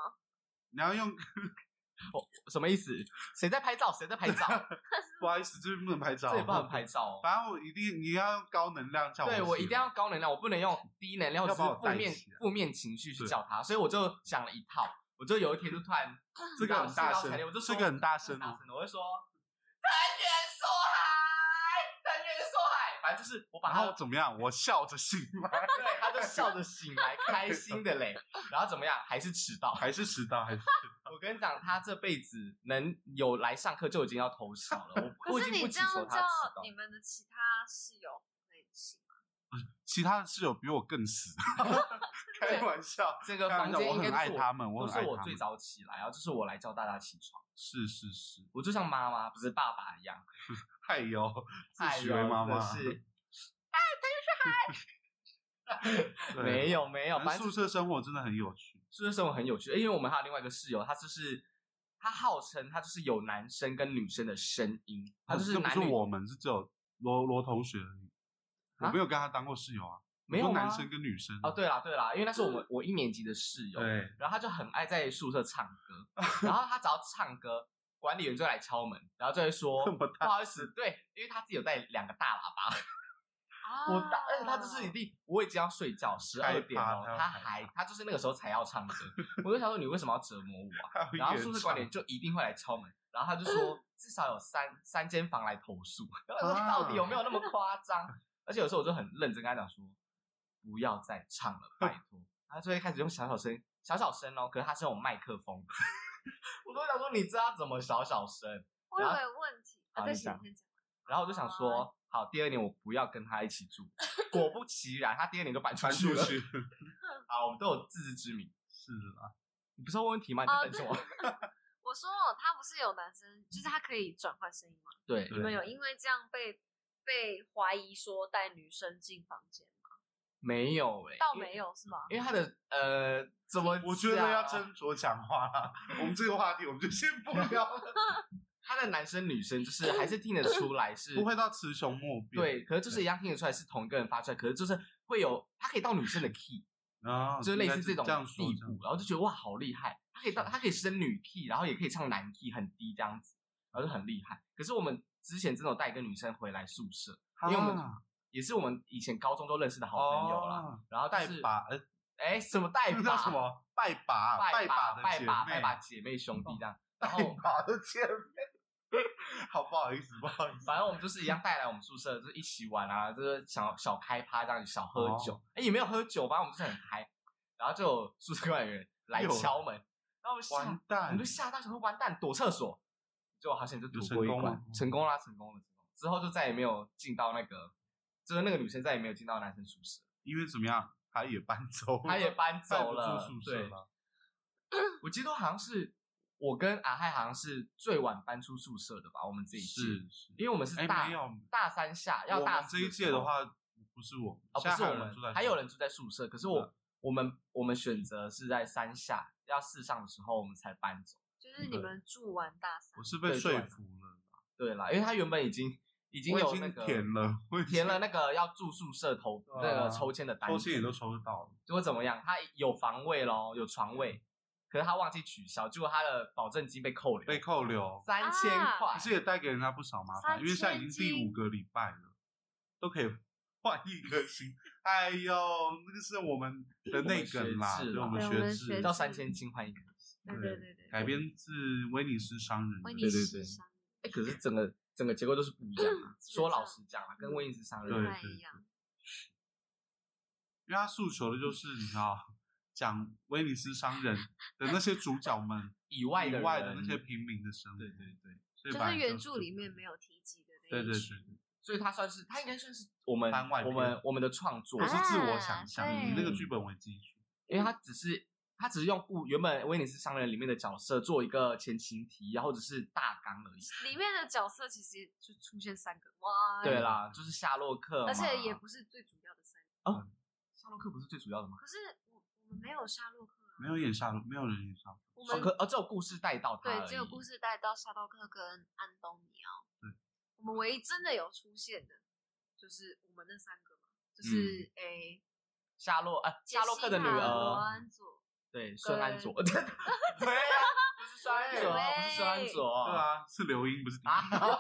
S2: 你要用，
S3: 什么意思？谁在拍照？谁 在拍照？
S2: 不好意思，这边不能拍照，
S3: 这也不能拍。照 哦。
S2: 反正我一定，你要用高能量叫我起
S3: 对
S2: 来。
S3: 我一定要高能量，我不能用低能量，
S2: 要
S3: 或者
S2: 把
S3: 是
S2: 我
S3: 负
S2: 带
S3: 面
S2: 起来
S3: 负面情绪去
S2: 对
S3: 叫他，所以我就想了一套，我就有一天就突然
S2: 这个很大声
S3: 兴高采烈我就，
S2: 这
S3: 说
S2: 个很大声
S3: 大
S2: 哦。
S3: 声的，我就说藤原硕海，藤原硕海，反正就是我把
S2: 然
S3: 他
S2: 后怎么样？我笑着醒来，
S3: 对，他就笑着醒来，开心的 嘞，然后怎么样，还是迟到。
S2: 还是迟到，还是
S3: 我跟你讲，他这辈子能有来上课就已经要偷 笑了，我
S1: 可
S3: 我已
S1: 是
S3: 经
S1: 你
S3: 不
S1: 这
S3: 祈
S1: 样
S3: 求他
S1: 叫
S3: 迟到。
S1: 你们的其他室友可以醒吗？
S2: 其他的室友比我更 死。开玩笑，
S3: 这个
S2: 开玩
S3: 房
S2: 笑，
S3: 间
S2: 我
S3: 应
S2: 很
S3: 该
S2: 爱
S3: 是
S2: 他们，我
S3: 都
S2: 很爱
S3: 是
S2: 他
S3: 我
S2: 们
S3: 最。早起来，然后就是我来叫大家起床。
S2: 是是是，
S3: 我就像妈妈，不是爸爸一样，
S2: 哎呦，自
S3: 哎
S2: 诩
S3: 呦
S2: 为妈
S3: 真的
S2: 妈
S3: 是
S2: 对
S3: 没有没有，
S2: 反
S3: 反
S2: 正宿
S3: 正
S2: 舍生活真的很有趣。
S3: 宿舍生活很有趣，因为我们还有另外一个室友，他就是他号称他就是有男生跟女生的声音，他就是
S2: 哦那不
S3: 男
S2: 是
S3: 女
S2: 我们，是只有罗罗同学而已。我
S3: 啊
S2: 没有跟他当过室友啊，
S3: 没有
S2: 我说
S3: 吗
S2: 男生跟女生啊
S3: 哦，对啦对啦，因为那是我们我一年级的室友，
S2: 对，
S3: 然后他就很爱在宿舍唱歌，然后他只要唱歌，管理员就会来敲门，然后就会说
S2: 这么大
S3: 不好意思，对，因为他自己有带两个大喇叭，我
S1: 哦
S3: 大，而且他就是一定，我已经要睡觉十
S2: 啊害
S3: 二
S2: 怕
S3: 点
S2: 他
S3: 了，他还他就是那个时候才要唱歌，我就想说你为什么要折磨我啊？
S2: 还有
S3: 然后
S2: 演
S3: 宿舍
S2: 唱
S3: 管理就一定会来敲门，然后他就说至少有三三间房来投诉， 然后我说
S2: 啊
S3: 到底有没有那么夸张？ 而且有时候我就很认真跟他讲说，不要再唱了，拜托。然后他就会开始用小小声，小小声哦，可是他是用麦克风。 我都想说，你知道怎么小小声？
S1: 我有个问题，啊，
S3: 好
S1: 对，
S3: 你
S1: 请
S3: 讲
S1: 先讲。
S3: 然后我就想说，好，第二年我不要跟他一起住。果不其然，他第二年就搬出
S2: 传
S3: 去
S2: 出
S3: 了。
S2: 去
S3: 好，我们都有自知之明。
S2: 是 啊，
S3: 你不是要问问题吗？你
S1: 哦
S3: 在等什么？
S1: 我说他不是有男生，就是他可以转换声音吗？
S3: 对，
S1: 你们
S2: 对
S1: 有因为这样被被怀疑说带女生进房间吗？
S3: 没有哎、
S1: 倒
S3: 因为
S1: 没有是吗？
S3: 因为他的呃，怎么
S2: 我觉得要
S3: 讲
S2: 斟酌讲话啦。
S3: 啊
S2: 我们这个话题我们就先不聊 了，
S3: 他的男生女生就是还是听得出来是
S2: 不会到雌雄莫辩。
S3: 对，可是就是一样听得出来是同一个人发出来，可是就是会有他可以到女生的 key，
S2: 啊，
S3: 就是类似
S2: 应该是
S3: 种
S2: 这样说
S3: 地
S2: 这样
S3: 步，然后就觉得哇好厉害，他可以到他可以升女 key，然后也可以唱男 key 很低这样子，然后就很厉害。可是我们之前真的有带一个女生回来宿舍，因为我们
S2: 啊
S3: 也是我们以前高中都认识的好朋友啦，
S2: 哦
S3: 然后就
S2: 拜
S3: 是
S2: 把，呃，
S3: 哎什么带
S2: 那叫
S3: 把
S2: 什么拜把
S3: 拜
S2: 把
S3: 拜
S2: 的姐
S3: 把拜把
S2: 妹，
S3: 姐妹兄弟这样，
S2: 拜
S3: 然后。
S2: 把的姐妹， 好不好意思，不好意思，
S3: 反正我们就是一样带来我们宿舍，就是一起玩啊，就是小小开趴这样，小喝
S2: 哦
S3: 酒。哎、也没有喝酒吧，我们就是很嗨。然后就有宿舍管理员来
S2: 有
S3: 敲门，然后我们吓，
S2: 完
S3: 我
S2: 蛋
S3: 们就，吓到，想说完蛋，躲厕所。结果好险就躲
S2: 有
S3: 过一
S2: 成功
S3: 关
S2: 吗，
S3: 成功啦，成功了，成功了。之后就再也没有进到那个，就是那个女生再也没有进到男生宿舍，
S2: 因为怎么样，他也搬走了，
S3: 她也搬
S2: 他也
S3: 走
S2: 不
S3: 了。
S2: 住宿舍
S3: 对，
S2: 了。
S3: 我记得好像是我跟阿嗨好像是最晚搬出宿舍的吧，我们这一届，
S2: 是，是
S3: 因为我们是
S2: 哎
S3: 大、
S2: 没有
S3: 大三下要
S2: 我
S3: 大
S2: 们
S3: 四
S2: 这一届
S3: 时
S2: 的
S3: 候
S2: 话，不是我，
S3: 啊，不
S2: 现
S3: 是
S2: 在
S3: 我
S2: 还有人住在，嗯
S3: 们，还有人住在宿舍，可是我我们我们选择是在山下，要四上的时候我们才搬走。
S1: 就是你们住完大三
S2: 我，是被
S3: 对
S2: 说
S3: 对
S2: 服了，
S3: 对啦，因为他原本已经已经
S2: 我
S3: 有
S2: 已
S3: 那
S2: 经
S3: 个
S2: 填了，我已
S3: 填
S2: 经
S3: 了那个要住宿舍投
S2: 对啊
S3: 那个抽签的单
S2: 抽
S3: 子
S2: 签也都抽到了，
S3: 结果怎么样？他有房位咯，有床位，可是他忘记取消，结果他的保证金被扣留，
S2: 被扣留，
S3: 三千块
S2: 可。是也带给人家不少麻烦，因为现在已经第五个礼拜了，都可以换一颗星。哎呦，那个是我们的内梗啦，
S3: 我们
S1: 对我们
S2: 对我们
S3: 学制啦
S1: 学
S2: 学
S1: 制
S2: 制
S3: 到三千金换一个。
S1: 对对对对，
S2: 改编自威尼斯商人的，
S1: 威尼斯
S3: 对对对
S1: 商
S3: 哎、可是整个整个结构都是不一样啊。
S1: 是
S3: 说
S1: 的
S3: 老实讲啊，跟威尼斯商
S1: 不
S2: 对
S3: 人
S1: 太一样，
S2: 因为他诉求的就是你知道，讲威尼斯商人的那些主角们
S3: 以 外
S2: 以
S3: 的
S2: 外的
S3: 人
S2: 那些平民的生活，
S3: 对对对，
S2: 所以
S1: 就
S2: 本来
S1: 是原著里面没有提及的那
S2: 对
S1: 一
S2: 对对
S1: 群，
S2: 对
S3: 所以他算是他应该算是我们
S2: 番外
S3: 我
S2: 篇
S3: 们我们的创作
S2: 我
S1: 啊，
S2: 是自我想象，以那个
S3: 对
S2: 剧本为基础。
S3: 因为他只是他只是用故原本威尼斯商人里面的角色做一个前情提要或者是大纲而已。
S1: 里面的角色其实就出现三个，哇，
S3: 对，啦，就是夏洛克嘛，
S1: 而且也不是最主要的三个，
S3: 夏洛克不是最主要的吗？
S1: 可是我我们没有夏洛克啊，
S2: 没有演夏洛，没有人演夏洛，
S1: 我
S3: 哦
S1: 们
S3: 可哦，只有故事带到他而
S1: 对
S3: 已，
S1: 只有故事带到夏洛克跟安东尼奥，
S2: 对，
S1: 我们唯一真的有出现的，就是我们那三个嘛，就是诶，
S3: 夏洛哎，夏洛克的女
S1: 杰西卡罗
S3: 儿，
S1: 安佐，
S3: 对，孙安 佐，不是
S2: 对啊，
S3: 孙安佐，不是孙安佐，
S2: 对。啊，是刘英不是迪
S3: 啊
S2: 英。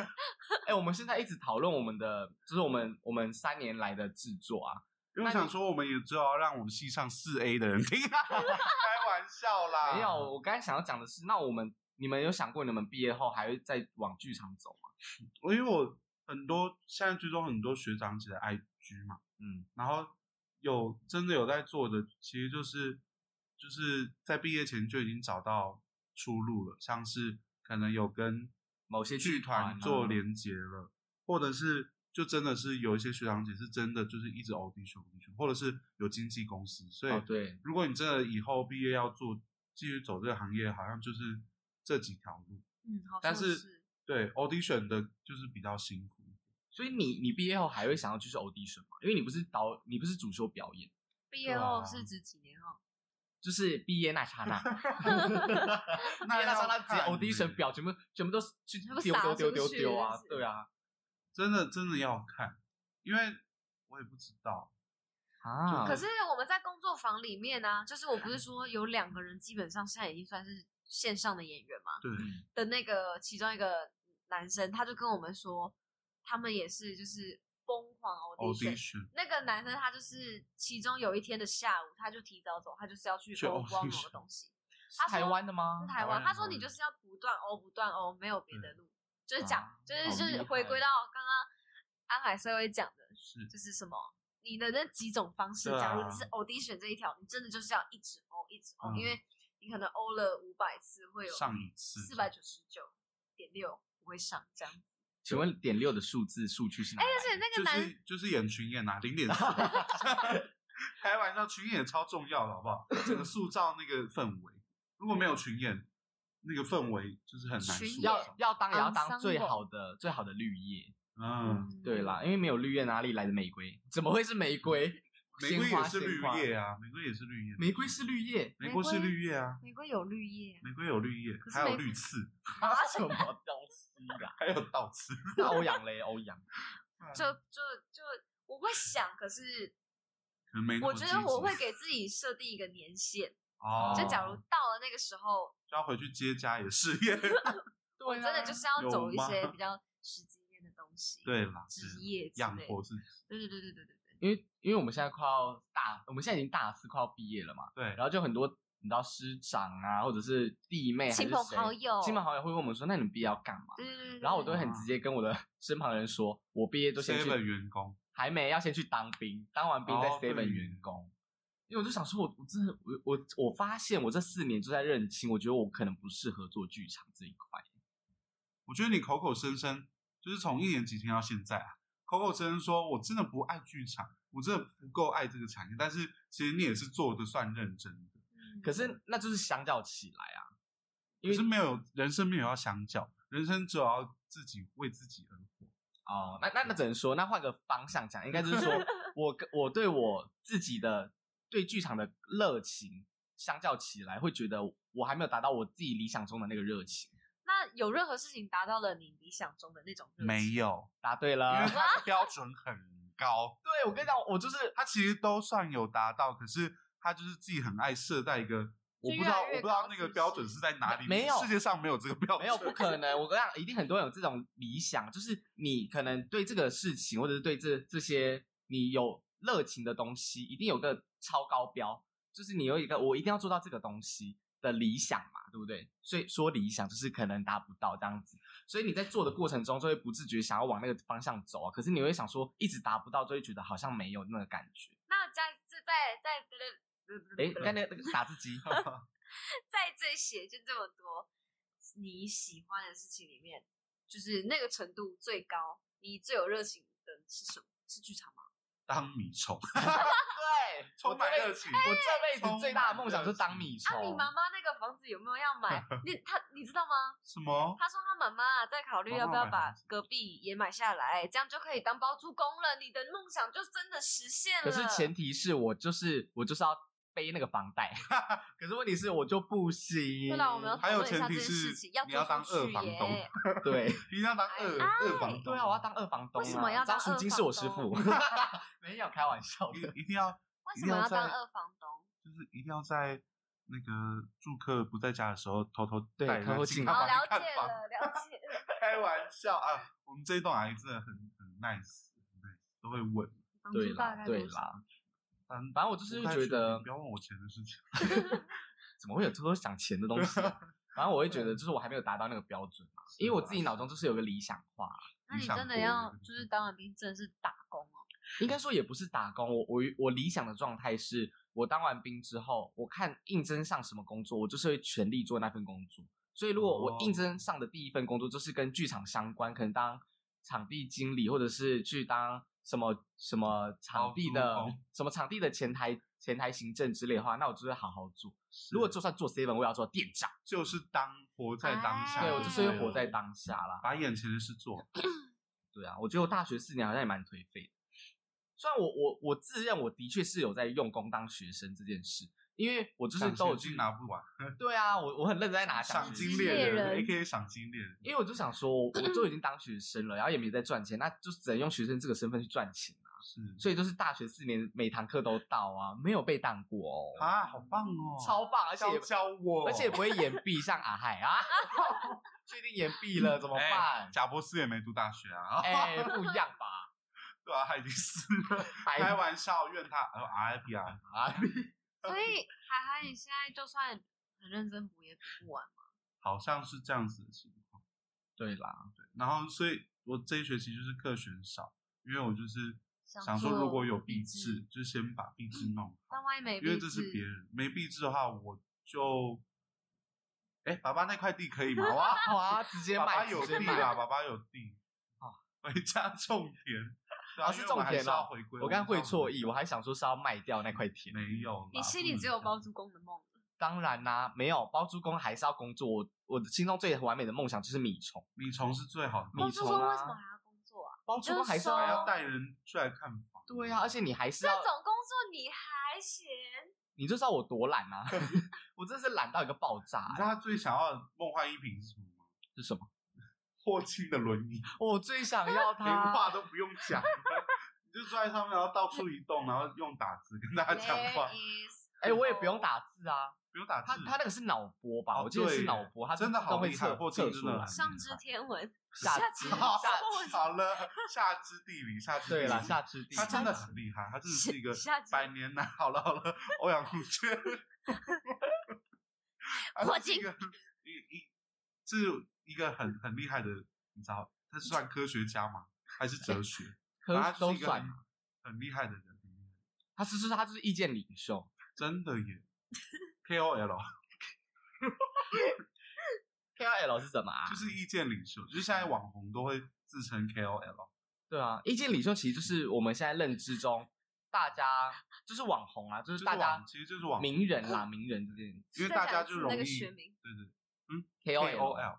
S3: 哎、我们现在一直讨论我们的，就是我们我们三年来的制作啊，
S2: 因为我想说，我们也只有要让我们系上四 A 的人听，啊 开玩笑啦。
S3: 没有，，我刚才想要讲的是，那我们你们有想过你们毕业后还会再往剧场走
S2: 因
S3: 吗？
S2: 为我很多现在追踪很多学长姐的 IG 嘛，
S3: 嗯，
S2: 然后有真的有在做的，其实就是就是在毕业前就已经找到出路了，像是可能有跟
S3: 某些
S2: 剧团
S3: 啊
S2: 做连接了，或者是就真的是有一些学长姐是真的就是一直 audition audition，或者是有经纪公司，所以、
S3: 哦，对，
S2: 如果你真的以后毕业要做继续走这个行业，好像就是这几条路。
S1: 嗯，好像
S2: 但
S1: 是
S2: 是对 audition 的就是比较辛苦，
S3: 所以你你毕业后还会想要继续 audition 吗？因为你不是导，你不是主修表演，
S1: 毕业
S2: 对
S1: 后
S2: 啊
S1: 是指几年后？
S3: 就是毕业那刹那，毕
S2: 那
S3: 业那刹
S2: 要
S3: 那直接
S2: 看
S3: audition
S2: 欸
S3: 表全部全部都是去
S1: 全部
S3: 丢
S1: 撒
S3: 丢丢
S1: 出
S3: 丢
S1: 去
S3: 丢啊
S1: 是不，是
S3: 对啊，
S2: 真的真的要看，因为我也不知道，
S3: 啊，
S1: 可是我们在工作坊里面呢、就是我不是说有两个人基本上现在已经算是线上的演员嘛
S2: 对，
S1: 的那个其中一个男生，他就跟我们说，他们也是就是疯狂 audition。
S2: 哦 audition
S1: 那个男生他就是其中有一天的下午，他就提早走，他就是要去
S2: 去
S1: 欧光某
S2: audition
S1: 个东西，
S3: 是
S1: 他说
S3: 台湾的吗
S1: 是？台
S2: 台湾
S1: 湾。
S2: 哦嗯
S1: 他
S2: 人
S1: 说你就是要不断欧不断欧，没有别的路，就是
S2: 哦
S1: 讲
S3: 啊
S1: 就是
S3: 好
S1: 就
S3: 厉
S1: 是
S3: 害
S1: 回归到刚刚安海社会讲的，
S2: 是
S1: 就是什么你的那几种方式。
S2: 对啊
S1: 假如你是 audition 这一条，你真的就是要一直欧一直欧，
S2: 嗯
S1: 因为你可能欧了五百次会有
S2: 上一次
S1: 四百九十九点六不会上这样子。
S3: 请问点六的数字数据是哪来的？
S1: 而且那个
S2: 啊就
S1: 男
S2: 是就是演群演啊，零点四， 开玩笑，群演也超重要的，好不好？整个塑造那个氛围，如果没有群演，那个氛围就是很难
S1: 群
S2: 塑
S1: 演
S3: 要
S2: 造。
S3: 啊要当也要当
S1: Ensemble
S3: 最好的最好的绿叶，
S2: 嗯，
S3: 对啦，因为没有绿叶哪里来的玫瑰？怎么会是玫瑰？
S2: 玫瑰
S3: 鲜
S2: 也
S3: 花
S2: 是绿，
S3: 鲜
S2: 叶
S3: 花
S2: 啊，玫瑰也是绿叶，，
S3: 玫瑰是绿叶
S2: 玫瑰是绿叶啊，
S1: 嗯玫瑰有绿叶啊，
S2: 玫瑰有绿叶
S1: 可，是
S2: 还
S1: 玫
S2: 有
S1: 瑰
S2: 绿刺，
S3: 它什么东西啊啦？
S2: 还有倒刺。
S3: 那欧阳嘞，欧阳，
S2: 啊
S1: 就就就我会想，可是
S2: 可能没那么
S1: 我
S2: 积
S1: 觉
S2: 极。
S1: 得我会给自己设定一个年限，
S2: 哦，
S1: 就假如到了那个时候，
S2: 就要回去接家也事业。
S1: 我
S3: 啊
S1: 真的就是要
S2: 有
S1: 走一
S2: 吗
S1: 些比较实际面的东西，
S2: 对啦，
S1: 职
S2: 是
S1: 业之
S2: 养
S1: 类
S2: 活自己。
S1: 对对对对对对对，
S3: 因为因为我们现在快要大，我们现在已经大四，快要毕业了嘛，
S2: 对，
S3: 然后就很多你知道师长啊，或者是弟妹还是
S1: 亲朋
S3: 谁
S1: 好友嗯
S3: 亲朋好友会问我们说，那你们毕业要干嘛？
S1: 对对对对。
S3: 然后我都会
S1: 对
S3: 很直接跟我的身旁的人说，我毕业就先去
S2: seven 员工，
S3: 还没要先去当兵，当完兵再
S2: 哦对
S3: seven 员工。因为我就想说我，我真的我我我发现我这四年就在认清，我觉得我可能不适合做剧场这一块。
S2: 我觉得你口口声声就是从一年级听到现在啊，口口声声说我真的不爱剧场，我真的不够爱这个产业，但是其实你也是做的算认真的，
S1: 嗯
S3: 可是那就是相较起来啊，因
S2: 可
S3: 为
S2: 是没有人生没有要相较，人生只有要自己为自己而活。
S3: 哦，那那那只能说，那换个方向讲，应该就是说我跟我对我自己的对剧场的热情，相较起来，会觉得我还没有达到我自己理想中的那个热情。
S1: 那有任何事情达到了你理想中的那种热情
S2: 没 有，
S3: 答对
S2: 因为
S3: 了，
S2: 它的标准很高，
S3: 对我跟你讲，我就是
S2: 它其实都算有达到，可是。他就是自己很爱设在一个，我
S1: 就越
S2: 不知道
S1: 来
S2: 我
S1: 越
S2: 不知道
S1: 高
S2: 那
S1: 是
S2: 个
S1: 不
S2: 标
S1: 是
S2: 准是在哪里，
S3: 没有
S2: 世界上没有这个标准，
S3: 没有不可能。我跟你讲，一定很多人有这种理想，就是你可能对这个事情，或者是对这这些你有热情的东西，一定有个超高标，就是你有一个我一定要做到这个东西的理想嘛，对不对？所以说理想就是可能达不到这样子，所以你在做的过程中就会不自觉想要往那个方向走啊。可是你会想说，一直达不到，就会觉得好像没有那个感觉。
S1: 那在这在在
S3: 哎，刚才那个打字 机，
S1: 在这些就这么多你喜欢的事情里面，就是那个程度最高，你最有热情的是什么？是剧场吗？
S2: 当米虫，
S3: 对，
S2: 充满热情。
S3: 我这辈哎子最大的梦想就是当米虫。
S1: 啊，你妈妈那个房子有没有要买？你他你知道吗？
S2: 什么？
S1: 他说他妈妈啊在考虑要不要把隔壁也买下来，这样就可以当包租公了。你的梦想就真的实现了。
S3: 可是前提是我就是我就是要背那个房贷， 可是问题是我就不行。
S1: 对啦，我们要
S2: 还有
S1: 讨论一下
S2: 前提
S1: 这件事
S2: 是
S1: 情要
S2: 你要
S1: 做
S2: 当
S1: 出
S2: 二
S1: 去
S2: 房
S1: 耶
S2: 东
S3: 对
S2: 一定要当
S1: 哎
S2: 二
S1: 哎
S2: 二房东，
S3: 对啊，我要当二房东、
S1: 为
S3: 啊。
S1: 什么要当
S3: 张淑金是我师傅？没有开玩笑的。
S2: 一一定要
S1: 为
S2: 一
S1: 什
S2: 定
S1: 么
S2: 要
S1: 要当
S2: 在
S1: 二房东？
S2: 就是一定要在那个住客不在家的时候偷偷
S3: 对
S2: 带
S3: 偷
S2: 人
S3: 偷
S2: 进
S3: 进哦
S2: 他
S3: 干
S1: 好，
S3: 嘛
S2: 房
S1: 了
S2: 间
S1: 解
S2: 看房。
S1: 了，了解 了。
S2: 开玩笑啊，我们这一栋阿姨真的很很 nice，很 nice，都会问。
S1: 房
S3: 对
S1: 租大
S3: 啦
S1: 概，
S3: 对
S1: 多少？
S3: 啦，
S2: 嗯，
S3: 反正我就是
S2: 不太确
S3: 觉
S2: 定
S3: 得
S2: 不要问我钱的事情。
S3: 怎么会有偷偷想钱的东西、 啊？反正我会觉得，就是我还没有达到那个标准嘛，因为
S2: 啊
S3: 我自己脑中就是有个理想化，
S1: 那你
S2: 理想
S1: 真的
S2: 国
S1: 要
S2: 对不对
S1: 就是当完兵，真的是打工哦。
S3: 应该说也不是打工。我我我理想的状态是我当完兵之后，我看应征上什么工作，我就是会全力做那份工作。所以如果我应征上的第一份工作就是跟剧场相关，可能当场地经理，或者是去当什么什么场地的
S2: 包租公
S3: 什么场地的前台前台行政之类的话，那我就会好好做。
S2: 啊
S3: 如果就算做 seven，我也要做店长，
S2: 就是当活在当下，
S1: 哎
S3: 啊对我就是会活在
S2: 对
S3: 当下啦。
S2: 把眼前的事做。
S3: 对啊，我觉得我大学四年好像也蛮颓废的。虽然我我我自认我的确是有在用功当学生这件事，因为我就是
S2: 赏
S3: 都有
S2: 金
S3: 去
S2: 拿不完，
S3: 对啊，我我很认真在拿
S2: 赏
S3: 奖
S2: 金
S1: 金
S2: 猎
S1: 猎
S2: 人
S1: 人
S2: A K A 赏金猎人，
S3: 因为我就想说，我都已经当学生了，然后也没在赚钱，那就只能用学生这个身份去赚钱啊。
S2: 是
S3: 所以就是大学四年每堂课都到啊，没有被当过哦，
S2: 啊，好棒哦，
S3: 超棒，而且
S2: 教
S3: 也
S2: 教我，
S3: 而且也不会延毕，像阿海啊，确定延毕了怎么
S2: 哎
S3: 办？
S2: 贾博士也没读大学啊，
S3: 哎、不一样吧？
S2: 对啊，他已经死了，
S3: 还
S2: 开玩笑，怨他呃 R I P 啊，
S3: 啊，
S1: 所 以海涵，你现在就算很认真补也补不完嘛。
S2: 好像是这样子的情况。
S3: 对啦，
S2: 对，然后所以我这一学期就是课选少，因为我就是
S1: 想
S2: 想说
S1: 做
S2: 如果有
S1: 壁
S2: 壁制，就先把壁
S3: 嗯
S2: 制弄好。
S1: 但万一没
S2: 因为
S1: 毕
S2: 这
S1: 制
S2: 是，别人没币制的话，我就，哎、爸爸那块地可以吗？ 哇，
S3: 好啊，直接
S2: 爸爸
S3: 买，
S2: 有
S3: 直接
S2: 地
S3: 买
S2: 啦，爸爸有地
S3: 哦，
S2: 回家种田， 对
S3: 啊
S2: 啊，
S3: 是
S2: 因为我们
S3: 种
S2: 还
S3: 田
S2: 是要
S3: 哦
S2: 回归，
S3: 我刚
S2: 们
S3: 会
S2: 是要
S3: 错
S2: 回
S3: 意，
S2: 归
S3: 我还想说是要卖掉那块田。
S2: 没有啦，
S1: 你心里
S2: 不
S1: 只有
S2: 能
S1: 包
S2: 这样
S1: 租公的梦。
S3: 当然啦、没有包租公还是要工作。我我的心中最完美的梦想就是米虫，
S2: 米虫是最好的，
S3: 米
S1: 包租公
S3: 虫
S1: 为什
S3: 啊
S1: 么还要工作啊？
S3: 包租公还是
S1: 就是
S2: 还
S1: 说
S2: 要带人出来看房，
S3: 对啊，而且你还是
S1: 这
S3: 要，
S1: 种工作你还嫌？
S3: 你就知道我多懒啊！ 我真是懒到一个爆炸、
S2: 你知道他最想要的梦幻一品是什么吗？
S3: 是什么？
S2: 霍青的轮椅，
S3: 我最想要
S2: 连
S3: 它。
S2: 话都不用讲了， 你就坐在上面，然后到处移动，然后用打字跟大家讲话
S1: There，is
S3: 哎、我也不用
S1: no-
S3: 打字啊，
S2: 不用打字
S3: 他。他那个是脑波吧？
S2: 哦
S3: 我记得
S2: 对
S3: 是脑波，他
S2: 真的好
S3: 都会
S2: 厉害
S3: 测
S2: 霍金
S3: 测
S2: 真
S3: 出
S2: 的
S3: 来
S2: 很
S1: 上知天文，
S3: 下
S1: 下
S3: 肢
S1: 肢
S3: 下
S2: 好了，下肢地理，下肢地
S3: 对
S2: 理
S3: 啦，下肢
S2: 嗯
S3: 地
S2: 他真的很厉害，他真的是一个
S1: 下肢
S2: 百年难。 好了好了，欧阳 锋圈，他
S1: 霍
S2: 是一
S1: 金
S2: 个一一是一个很很厉害的，你知道，他是算科学家吗？还是哲学？
S3: 科
S2: 反正他
S3: 都
S2: 是一个
S3: 算
S2: 很，很厉害的人，很厉害
S3: 他是是他就是意见领袖。
S2: 真的耶。KOL
S3: KOL 是什么啊？
S2: 就是意见领袖，就是现在网红都会自称 KOL，
S3: 对啊，意见领袖其实就是我们现在认知中大家就是网红啊，就
S2: 就是是
S3: 大家
S2: 网其实就是网红，
S3: 名人啦，名人这 件
S2: 因为
S1: 再
S2: 大
S1: 讲
S2: 家
S1: 一
S2: 就
S1: 次
S2: 容
S1: 那个
S2: 易
S1: 学
S2: 对
S1: 名
S2: 对
S3: KOL。
S2: KOL。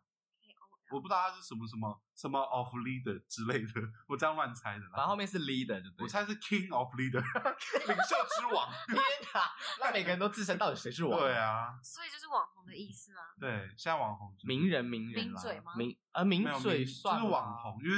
S2: 我不知道他是什么什么什么 of leader 之类的，我这样乱猜的
S3: 然后
S2: 啦。
S3: 后面是 leader 就对
S2: 我
S3: 了，
S2: 猜是 king of leader，领 袖之 王。
S3: 天哪！那每个人都自称到底谁是我？
S2: 对，啊，
S1: 所以就是网红的意思吗？
S2: 对，现在网红就是
S3: 名人名人啦
S1: 名嘴吗
S3: 名呃名
S2: 没有名
S3: 嘴
S2: 就
S3: 算
S2: 是
S3: 吗
S2: 欸网，红，因为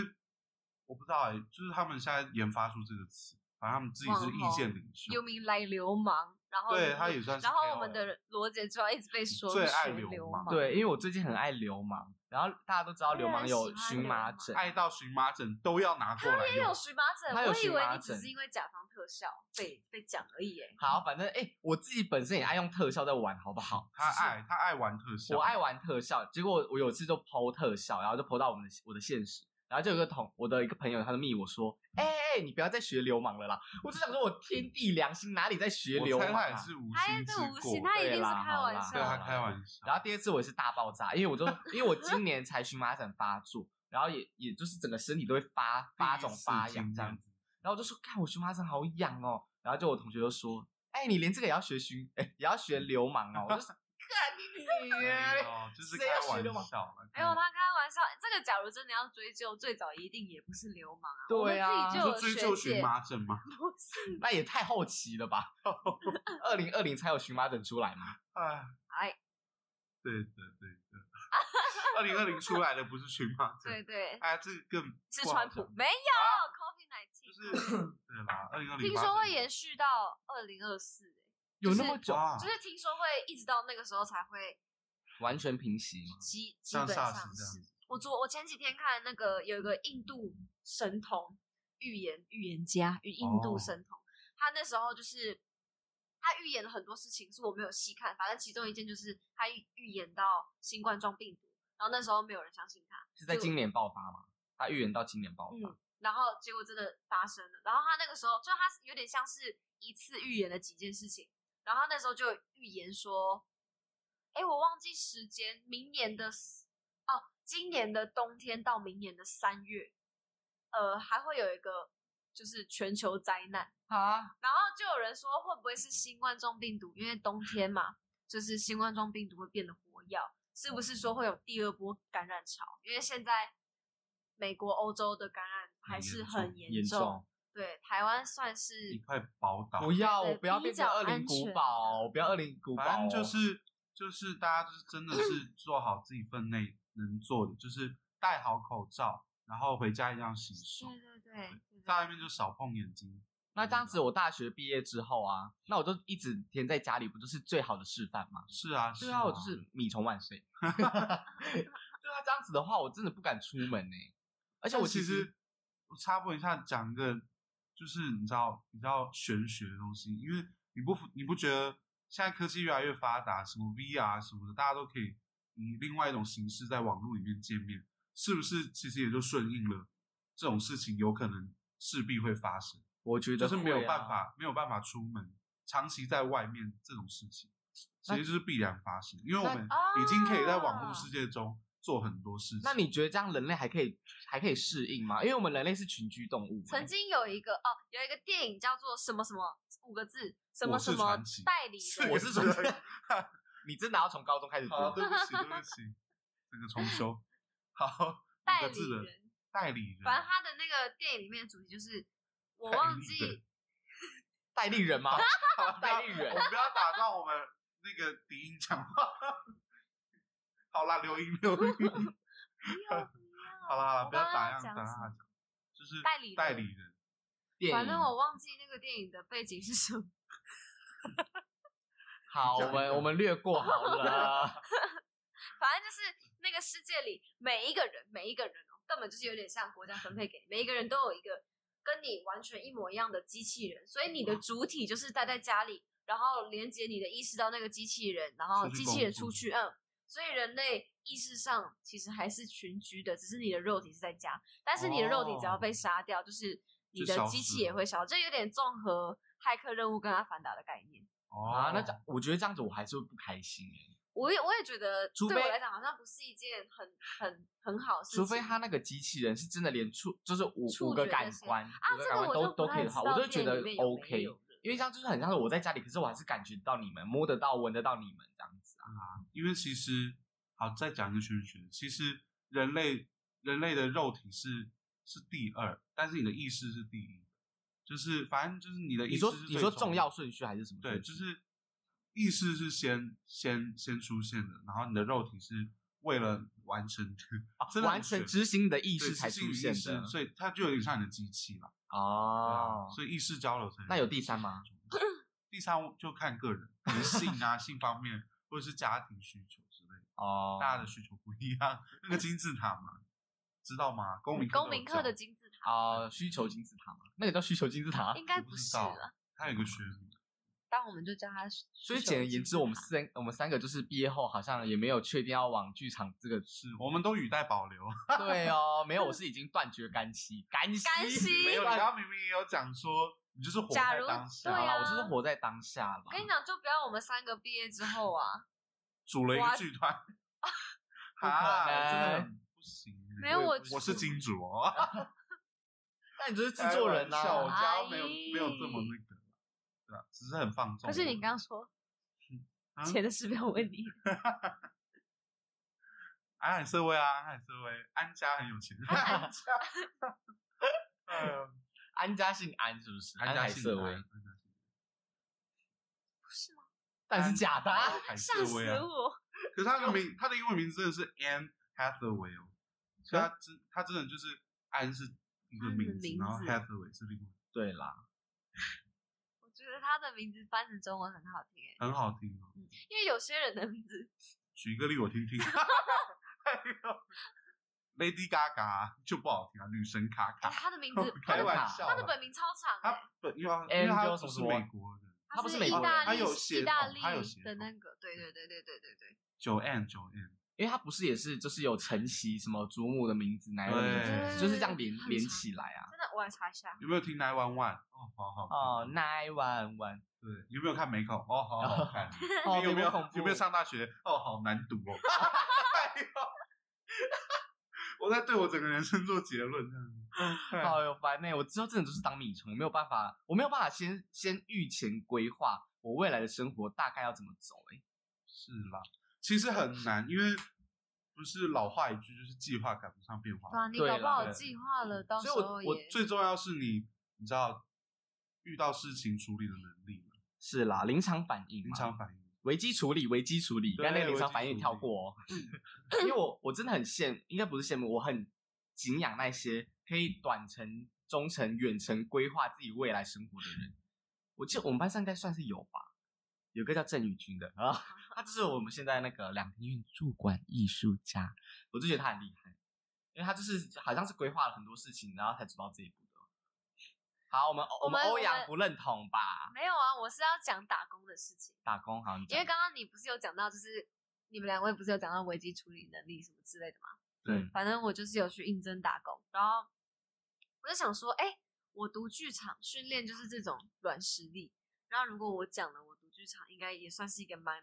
S2: 我不知道哎、就是他们现在研发出这个词，反正他们自己是意见领袖，
S1: 有名来流氓，然后
S2: 嗯对他也算是
S1: 然后
S2: KOL
S1: 我们的罗姐就要一直被说
S2: 最
S1: 是
S2: 爱流
S1: 流
S2: 氓
S3: 对，因为我最近很爱流氓，然后大家都知道
S1: 我也
S3: 流氓有
S1: 啊喜欢
S3: 荨
S1: 流
S3: 麻
S1: 氓
S3: 疹，
S2: 爱到荨麻疹都要拿过来
S1: 也有
S2: 用。
S1: 荨麻疹，
S3: 他有
S1: 我以
S3: 荨
S1: 为
S3: 麻
S1: 你只
S3: 疹
S1: 是因为甲方特效被被讲而已，哎，
S3: 好，反正哎、欸我自己本身也爱用特效在玩，好不好？
S2: 他
S3: 只是
S2: 爱他爱玩特效，
S3: 我爱玩特效，结果我有一次就剖特效，然后就剖到我们的我的现实，然后就有个同我的一个朋友，他就密我说：“哎、哎、哎你不要再学流氓了啦！”我就想说，我天地良心，哪里在学流
S2: 我猜
S3: 氓、
S2: 他也
S3: 啊？
S2: 是无
S1: 他也
S2: 心
S1: 是
S2: 之
S1: 哎无
S2: 过
S1: 心，，他一
S3: 对
S1: 定是
S3: 啦
S1: 开
S3: 好
S1: 玩
S3: 啦
S1: 笑
S2: 对他
S1: 的。
S2: 开玩笑。
S3: 然后第二次我也是大爆炸，因为我就 因为我今年才荨麻疹发作，然后也也就是整个身体都会发发
S2: 第一
S3: 肿
S2: 次
S3: 发
S2: 经
S3: 痒这样
S2: 验
S3: 子，然后我就说：“看我荨麻疹好痒哦。”然后就我同学就说：“哎、你连这个也要学荨，哎、 也要学流氓哦！”我就说：“干
S1: 哎
S3: 你娘嘞！”
S2: 哦，就是
S3: 谁
S2: 开
S3: 要学
S2: 玩
S3: 流氓
S2: 笑了。
S1: 没有，他开玩笑。这个假如真的要追究，最早一定也不是流氓啊。
S3: 对啊
S1: 我们自
S2: 你
S1: 己就有
S2: 说追究
S1: 学姐
S2: 荨麻疹吗？
S1: 不是，
S3: 那也太后期了吧？ 二零二零才有荨麻疹出来嘛？
S2: 哎，
S1: 哎，
S2: 对对对对，二零二零出来的不是荨麻疹，
S1: 对对，
S2: 哎，这个更
S1: 是
S2: 不好
S1: 川普
S2: 讲
S1: 没有
S2: 啊
S1: COVID
S2: 就
S1: nineteen，
S2: 是对啦，二零二零
S1: 听说会延续到二零二四，
S3: 有
S1: 就是
S3: 那么久，
S2: 哇，
S1: 就是听说会一直到那个时候才会
S3: 完全平息吗？
S1: 基基
S2: 像
S1: 本上
S2: SARS 这样
S1: 是。我昨我前几天看那个有一个印度神童预言预言家，与印度
S2: 哦
S1: 神童，他那时候就是他预言了很多事情，是我没有细看，反正其中一件就是他预预言到新冠状病毒，然后那时候没有人相信他，
S3: 是在
S1: 就
S3: 今年爆发吗？他预言到今年爆发，
S1: 嗯，然后结果真的发生了。然后他那个时候，就他有点像是一次预言了几件事情。然后他那时候就预言说，哎，我忘记时间，明年的哦，今年的冬天到明年的三月，呃，还会有一个就是全球灾难。
S3: 啊，
S1: 然后就有人说，会不会是新冠状病毒？因为冬天嘛，就是新冠状病毒会变得活跃，是不是说会有第二波感染潮？因为现在美国、欧洲的感染还是很严
S3: 严重！
S1: 对，台湾算是
S2: 一块宝岛
S3: 不，要，
S1: 对
S3: 我不要
S1: 比
S3: 变成
S1: 较
S3: 二
S1: 安全
S3: 零古
S1: 的
S3: 堡，我不要二零古堡哦，
S2: 反正就是就是大家就是真的是做好自己分内能做的，就是戴好口罩，然后回家一定要洗手，
S1: 对对对，对
S2: 在外面就少碰眼睛。
S3: 那这样子，我大学毕业之后啊，那我就一整天在家里，不就是最好的示范吗？
S2: 是啊，是
S3: 对啊，我就是米虫万 岁。对啊，这样子的话，我真的不敢出门呢、而且
S2: 但
S3: 我
S2: 其
S3: 实
S2: 实我插播一下，讲一个就是你知道比较玄学的东西，因为你不你不觉得现在科技越来越发达，什么 VR 什么的，大家都可以以另外一种形式在网络里面见面，是不是？其实也就顺应了这种事情有可能势必会发生，
S3: 我觉
S2: 就
S3: 得
S2: 是没有
S3: 会啊
S2: 办法、没有办法出门，长期在外面这种事情，其实就是必然发生，因为我们
S1: 啊
S2: 已经可以在网络世界中做很多事情。
S3: 啊那你觉得这样人类还可以还可以适应吗？因为我们人类是群居动物嘛，
S1: 曾经有一个哦，有一个电影叫做什么什么五个字，什么
S2: 我是
S1: 什么
S2: 传奇
S1: 代理
S2: 四
S1: 人，
S2: 个
S3: 我是
S2: 字
S3: 说
S2: 而已
S3: 你真的要从高中开始读
S2: 好，对不起，对不起，整个重修。好，五
S1: 代
S2: 个字
S1: 理
S2: 的
S1: 人，
S2: 代理人，
S1: 反正他的那个电影里面的主题就是，我忘
S2: 代理
S1: 记
S2: 人
S3: 代理 人吗？
S2: 好
S3: 代理人
S2: 我们不要打断我们那个笛音讲话。好啦，留音留音，
S1: 不要不要
S2: 好啦好啦，
S1: 我
S2: 不要
S1: 刚刚
S2: 打
S1: 要
S2: 样，
S1: 讲
S2: 打
S1: 什么
S2: 样，就是
S1: 代理
S2: 代
S1: 人
S2: 理人，哦
S3: 电影
S1: 反正我忘记那个电影的背景是什么。
S3: 好，我
S2: 讲一
S3: 们
S2: 个
S3: 我们略过好 了。
S1: 反正就是那个世界里每一个人，每一个人哦，根本就是有点像国家分配给你每一个人都有一个跟你完全一模一样的机器人，所以你的主体就是待在家里，然后连接你的意识到那个机器人，然后
S2: 出去
S1: 机器人出
S2: 工作
S1: 去，嗯，所以人类意识上其实还是群居的，只是你的肉体是在家，但是你的肉体只要被杀掉，就是你
S2: 哦就
S1: 的
S2: 消
S1: 机器
S2: 失
S1: 也
S2: 了
S1: 会消，这有点综合骇客任务跟阿凡达的概念。
S2: 哦，
S3: 啊，那这样我觉得这样子我还是会不开心欸
S1: 我也我也觉得，
S3: 除
S1: 对我
S3: 非
S1: 来讲好像不是一件很很很好的事情。
S3: 除非他那个机器人是真的连触就是五
S1: 触
S3: 五个
S1: 觉
S3: 感
S1: 那些
S3: 官
S1: 啊，
S3: 五
S1: 这
S3: 个感
S1: 个
S3: 官
S1: 我
S3: 都
S1: 就
S3: 都
S1: 不
S3: 可
S1: 太知
S3: 以的话，
S1: 道
S3: 我就会觉
S1: 电影
S3: 得
S1: 里面有没
S3: OK
S1: 有。了
S3: 因为这样就是很像是我在家里，可是我还是感觉到你们摸得到、闻得到你们这样子啊。
S2: 因为其实好，再讲一个玄学，其实人类人类的肉体是是第二，但是你的意识是第一，就是反正就是你的意
S3: 你
S2: 识
S3: 说
S2: 是
S3: 你
S2: 最
S3: 说
S2: 重
S3: 重
S2: 的
S3: 要顺序还是什么顺序？
S2: 对，就是意识是先先先出现的，然后你的肉体是为了完成这个
S3: 啊
S2: 真的很
S3: 完全
S2: 玄
S3: 执行你的意
S2: 对
S3: 识才
S2: 执行
S3: 出
S2: 于
S3: 现
S2: 意识
S3: 的
S2: 所以它就有点像你的机器啦。对啊
S3: 哦。
S2: 所以意识交流才
S3: 那有第三吗？
S2: 第三就看个人，可能性 啊、性方面，或者是家庭需求之类的，
S3: 哦，
S2: 大家的需求不一样。那个金字塔嘛，知道吗？公民
S1: 公民课
S2: 课
S1: 的金字塔
S3: 哦，需求金字塔嘛，那个叫需求金字塔。
S1: 应该
S2: 不
S1: 不
S2: 知
S1: 是
S3: 啊
S2: 道
S1: 了，
S2: 它有一个学名，
S1: 但我们就叫它需求金字塔。
S3: 所以简而言之，我们三我们三个就是毕业后好像也没有确定要往剧场 这个。
S2: 是我们都语带保留。
S3: 对哦，没有，我是已经断绝干系，干系，
S1: 干系
S2: 没有，你
S3: 断
S2: 刚刚明明也有讲说，你就是活
S1: 假
S2: 在
S1: 如
S2: 当
S1: 对
S2: 下。
S3: 好
S1: 啊
S3: 啦，我就是活在当下吧
S1: 我。跟你讲，就不要我们三个毕业之后啊，
S2: 组了一
S1: 哇
S2: 个剧 团，
S3: 不可
S2: 啊
S3: 能
S2: 真的很不行。
S1: 没有
S2: 我
S1: 我啊
S2: 我是金主 哦，
S3: 那你就是制作人啊
S2: 开玩笑我啊
S3: 呐、
S2: 家没有
S1: 哎
S2: 没有这么那个，对啊，只是很放纵。
S1: 可是你刚刚说
S2: 啊
S1: 钱的事没有 问你，
S2: 安海社会啊，安海社会，安家很有钱， 安
S1: 哎
S2: 家，嗯，
S3: 安家姓安是不是？安
S2: 家
S3: 海
S2: 姓
S3: 瑟
S2: 安
S3: 薇
S2: 安，家姓
S1: 不是吗？
S3: 但是假的、啊
S2: 安。海
S1: 吓
S2: 瑟
S1: 死
S2: 薇啊。
S1: 我！
S2: 可是他的名，他的英文名字真的是 Anne Hathaway 哦，所以他真他真的就是安是一个
S1: 嗯安的
S2: 名字
S1: 名，
S2: 然后
S1: 字
S2: Hathaway 是另外
S3: 对啦，
S1: 我觉得他的名字翻成中文很好听欸，
S2: 很好听哦。
S1: 因为有些人的名字
S2: 举一个例我听 听。哎呦 Lady Gaga 就不好听啊，女神卡
S1: 哎，
S2: 卡，
S1: 他的 名字，他
S2: 开
S1: 的
S2: 玩
S3: 卡
S2: 笑啊，
S1: 他的本名超长哎，
S2: 他本因为他因为他
S3: Angel
S2: 不
S3: 什
S2: 是
S3: 么什么
S2: 美国人，
S3: 他不是
S1: 是
S3: 美
S1: 意
S3: 国人
S1: 大
S2: 他
S1: 利
S2: 有血
S1: 意大
S2: 统他有
S1: 利
S2: 血
S1: 的
S2: 统
S1: 那个，对对对对对对对
S2: 九 N 九 N，
S3: 因为他不是也是就是有承袭什么祖母的名字，哪一个名
S1: 对
S3: 字，就是这样连
S1: 很
S3: 连
S1: 长
S3: 起来啊。
S1: 真的我来查一下，
S2: 有没有听 Nine One One？哦，好好
S3: 哦，nine one one，
S2: 对，有没有看美口？哦，好好看。
S3: 哦，
S2: 有没有
S3: 恐怖？
S2: 有没有？上大学？哦，好难读哦。 哎呦我在对我整个人生做结论，这样子。
S3: 好哦有烦内，我之后真的就是当米虫，我没有办法，我没有办法先先预前规划我未来的生活大概要怎么走、欸。
S2: 是啦，其实很难，因为不是老话一句，就是计划赶不上变化。
S1: 对啊，你
S3: 对
S1: 搞不
S3: 啦
S1: 好
S2: 对
S1: 计划了，到时
S2: 所以我
S1: 候
S2: 我
S1: 也
S2: 最重要是你，你知道遇到事情处理的能力嘛，
S3: 是啦，临场反应
S2: 临
S3: 嘛，
S2: 场反应。
S3: 危机处理，危机处理，
S2: 对
S3: 刚才那个临
S2: 危
S3: 场
S2: 机
S3: 反应
S2: 处
S3: 跳
S2: 理
S3: 过哦，
S1: 嗯
S3: 因为我我真的很羡，应该不是羡慕，我很敬仰那些可以短程、中程、远程规划自己未来生活的人。我记得我们班上应该算是有吧，有个叫郑宇君的 啊，他就是我们现在那个两厅院驻馆艺术家，我就觉得他很厉害，因为他就是好像是规划了很多事情，然后才走到这一步的。哦好，我们
S1: 我
S3: 们
S1: 们
S3: 欧
S1: 我
S3: 阳
S1: 们
S3: 不认同吧？
S1: 没有啊，我是要讲打工的事情，
S3: 打工好，你
S1: 因为
S3: 讲
S1: 刚刚你不是有讲到，就是你们两位不是有讲到危机处理能力什么之类的嘛？
S3: 对
S1: 反正我就是有去应征打工，然后我就想说，哎、我读剧场训练就是这种软实力，然后如果我讲了我读剧场，应该也算是一个蛮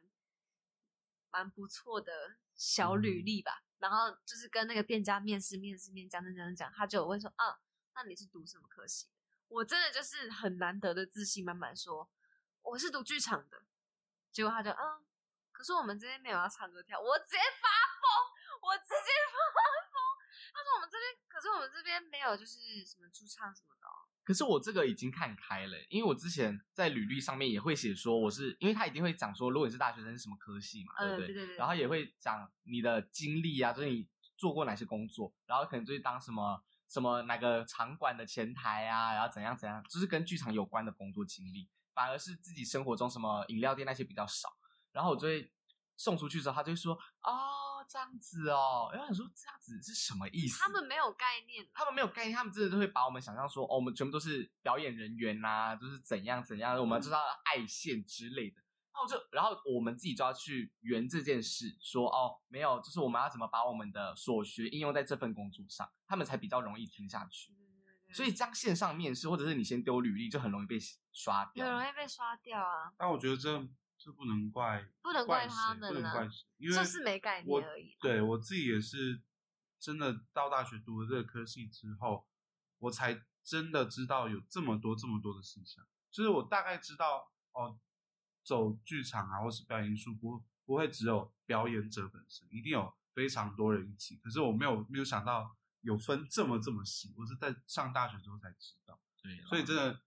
S1: 蛮不错的小履历吧。然后就是跟那个店家面试，面试面讲讲讲讲，他就有问说，啊，那你是读什么科系？我真的就是很难得的自信满满说，我是读剧场的。结果他就嗯，可是我们这边没有要唱歌跳，我直接发疯，我直接发疯。他说我们这边，可是我们这边没有就是什么驻唱什么的、哦。
S3: 可是我这个已经看开了，因为我之前在履历上面也会写说我是，因为他一定会讲说，如果你是大学生是什么科系嘛，对
S1: 嗯，
S3: 不
S1: 对
S3: 对？
S1: 对对。
S3: 然后也会讲你的经历啊，就是你做过哪些工作，然后可能就是当什么什么哪个场馆的前台啊，然后怎样怎样，就是跟剧场有关的工作经历，反而是自己生活中什么饮料店那些比较少。然后我就会送出去之后，他就会说哦这样子哦，然后我想说这样子是什么意思？
S1: 他们没有概念，
S3: 他们没有概念，他们真的就会把我们想象说，哦，我们全部都是表演人员呐、就是怎样怎样，我们就是要爱线之类的。然后我就，然后我们自己就要去圆这件事，说哦，没有，就是我们要怎么把我们的所学应用在这份工作上，他们才比较容易听下去。所以这样线上面试，或者是你先丢履历，就很容易被刷掉
S1: 很。容易被刷掉啊，
S2: 但我觉得这这不能怪
S1: 不能
S2: 怪
S1: 他
S2: 谁，不
S1: 们啊
S2: 能怪，谁，因为
S1: 就是没概
S2: 我
S1: 念而已。
S2: 对我自己也是真的到大学读了这个科系之后，我才真的知道有这么多这么多的事项。就是我大概知道哦，走剧场啊，或是表演艺术，不不会只有表演者本身，一定有非常多人一起。可是我没有没有想到有分这么这么细，我是在上大学之后才知道。
S3: 对啦，
S2: 所以真的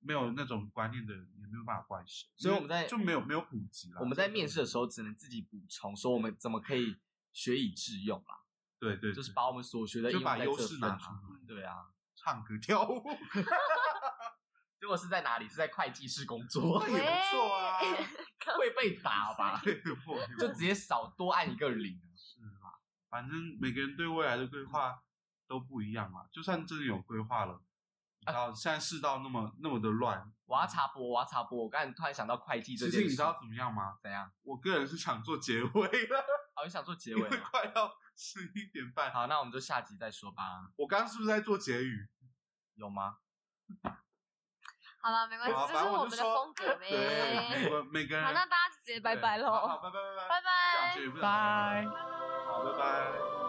S2: 没有那种观念的人，也没有办法怪谁。因
S3: 所以
S2: 为
S3: 我们在
S2: 就没有没有普及了。
S3: 我们在面试的时
S2: 候，
S3: 候，只能自己补充说我们怎么可以学以致用啦，
S2: 对对，
S3: 就是
S2: 对
S3: 把我们所学的
S2: 就
S3: 应用
S2: 把
S3: 在
S2: 优
S3: 这
S2: 势
S3: 份
S2: 拿
S3: 啊
S2: 出来
S3: 对啊，
S2: 唱歌跳舞
S3: 结果是在哪里？是在会计室工作
S2: 那，也不错啊，
S3: 会被打 吧？
S2: 对不会
S3: 就直接少多按一个零啊。
S2: 是啦，反正每个人对未来的规划都不一样嘛。就算真的有规划了，然后现在世道那么那么的乱，
S3: 我要插播，我要插播，我刚才突然想到会计这
S2: 其
S3: 件
S2: 实
S3: 事，
S2: 你知道怎么样吗？
S3: 怎样？
S2: 我个人是想做结尾了，
S3: 哦，你想做结
S2: 因
S3: 尾
S2: 为
S3: 吗？
S2: 快要十一点半。
S3: 好，那我们就下集再说吧，
S2: 我刚刚是不是在做结语？
S3: 有吗？
S4: 好了，没关
S2: 好啊
S4: 系，这
S2: 反
S4: 是
S2: 正我
S4: 们
S2: 就
S4: 的
S2: 说
S4: 风格呗。
S2: 对，我每个人
S4: 好，那大家就直接拜
S2: 对
S4: 拜
S2: 好
S4: 喽
S2: 好，拜拜
S4: 拜
S2: 拜拜，不
S4: 拜
S2: 想结语，不想结语，好，拜拜。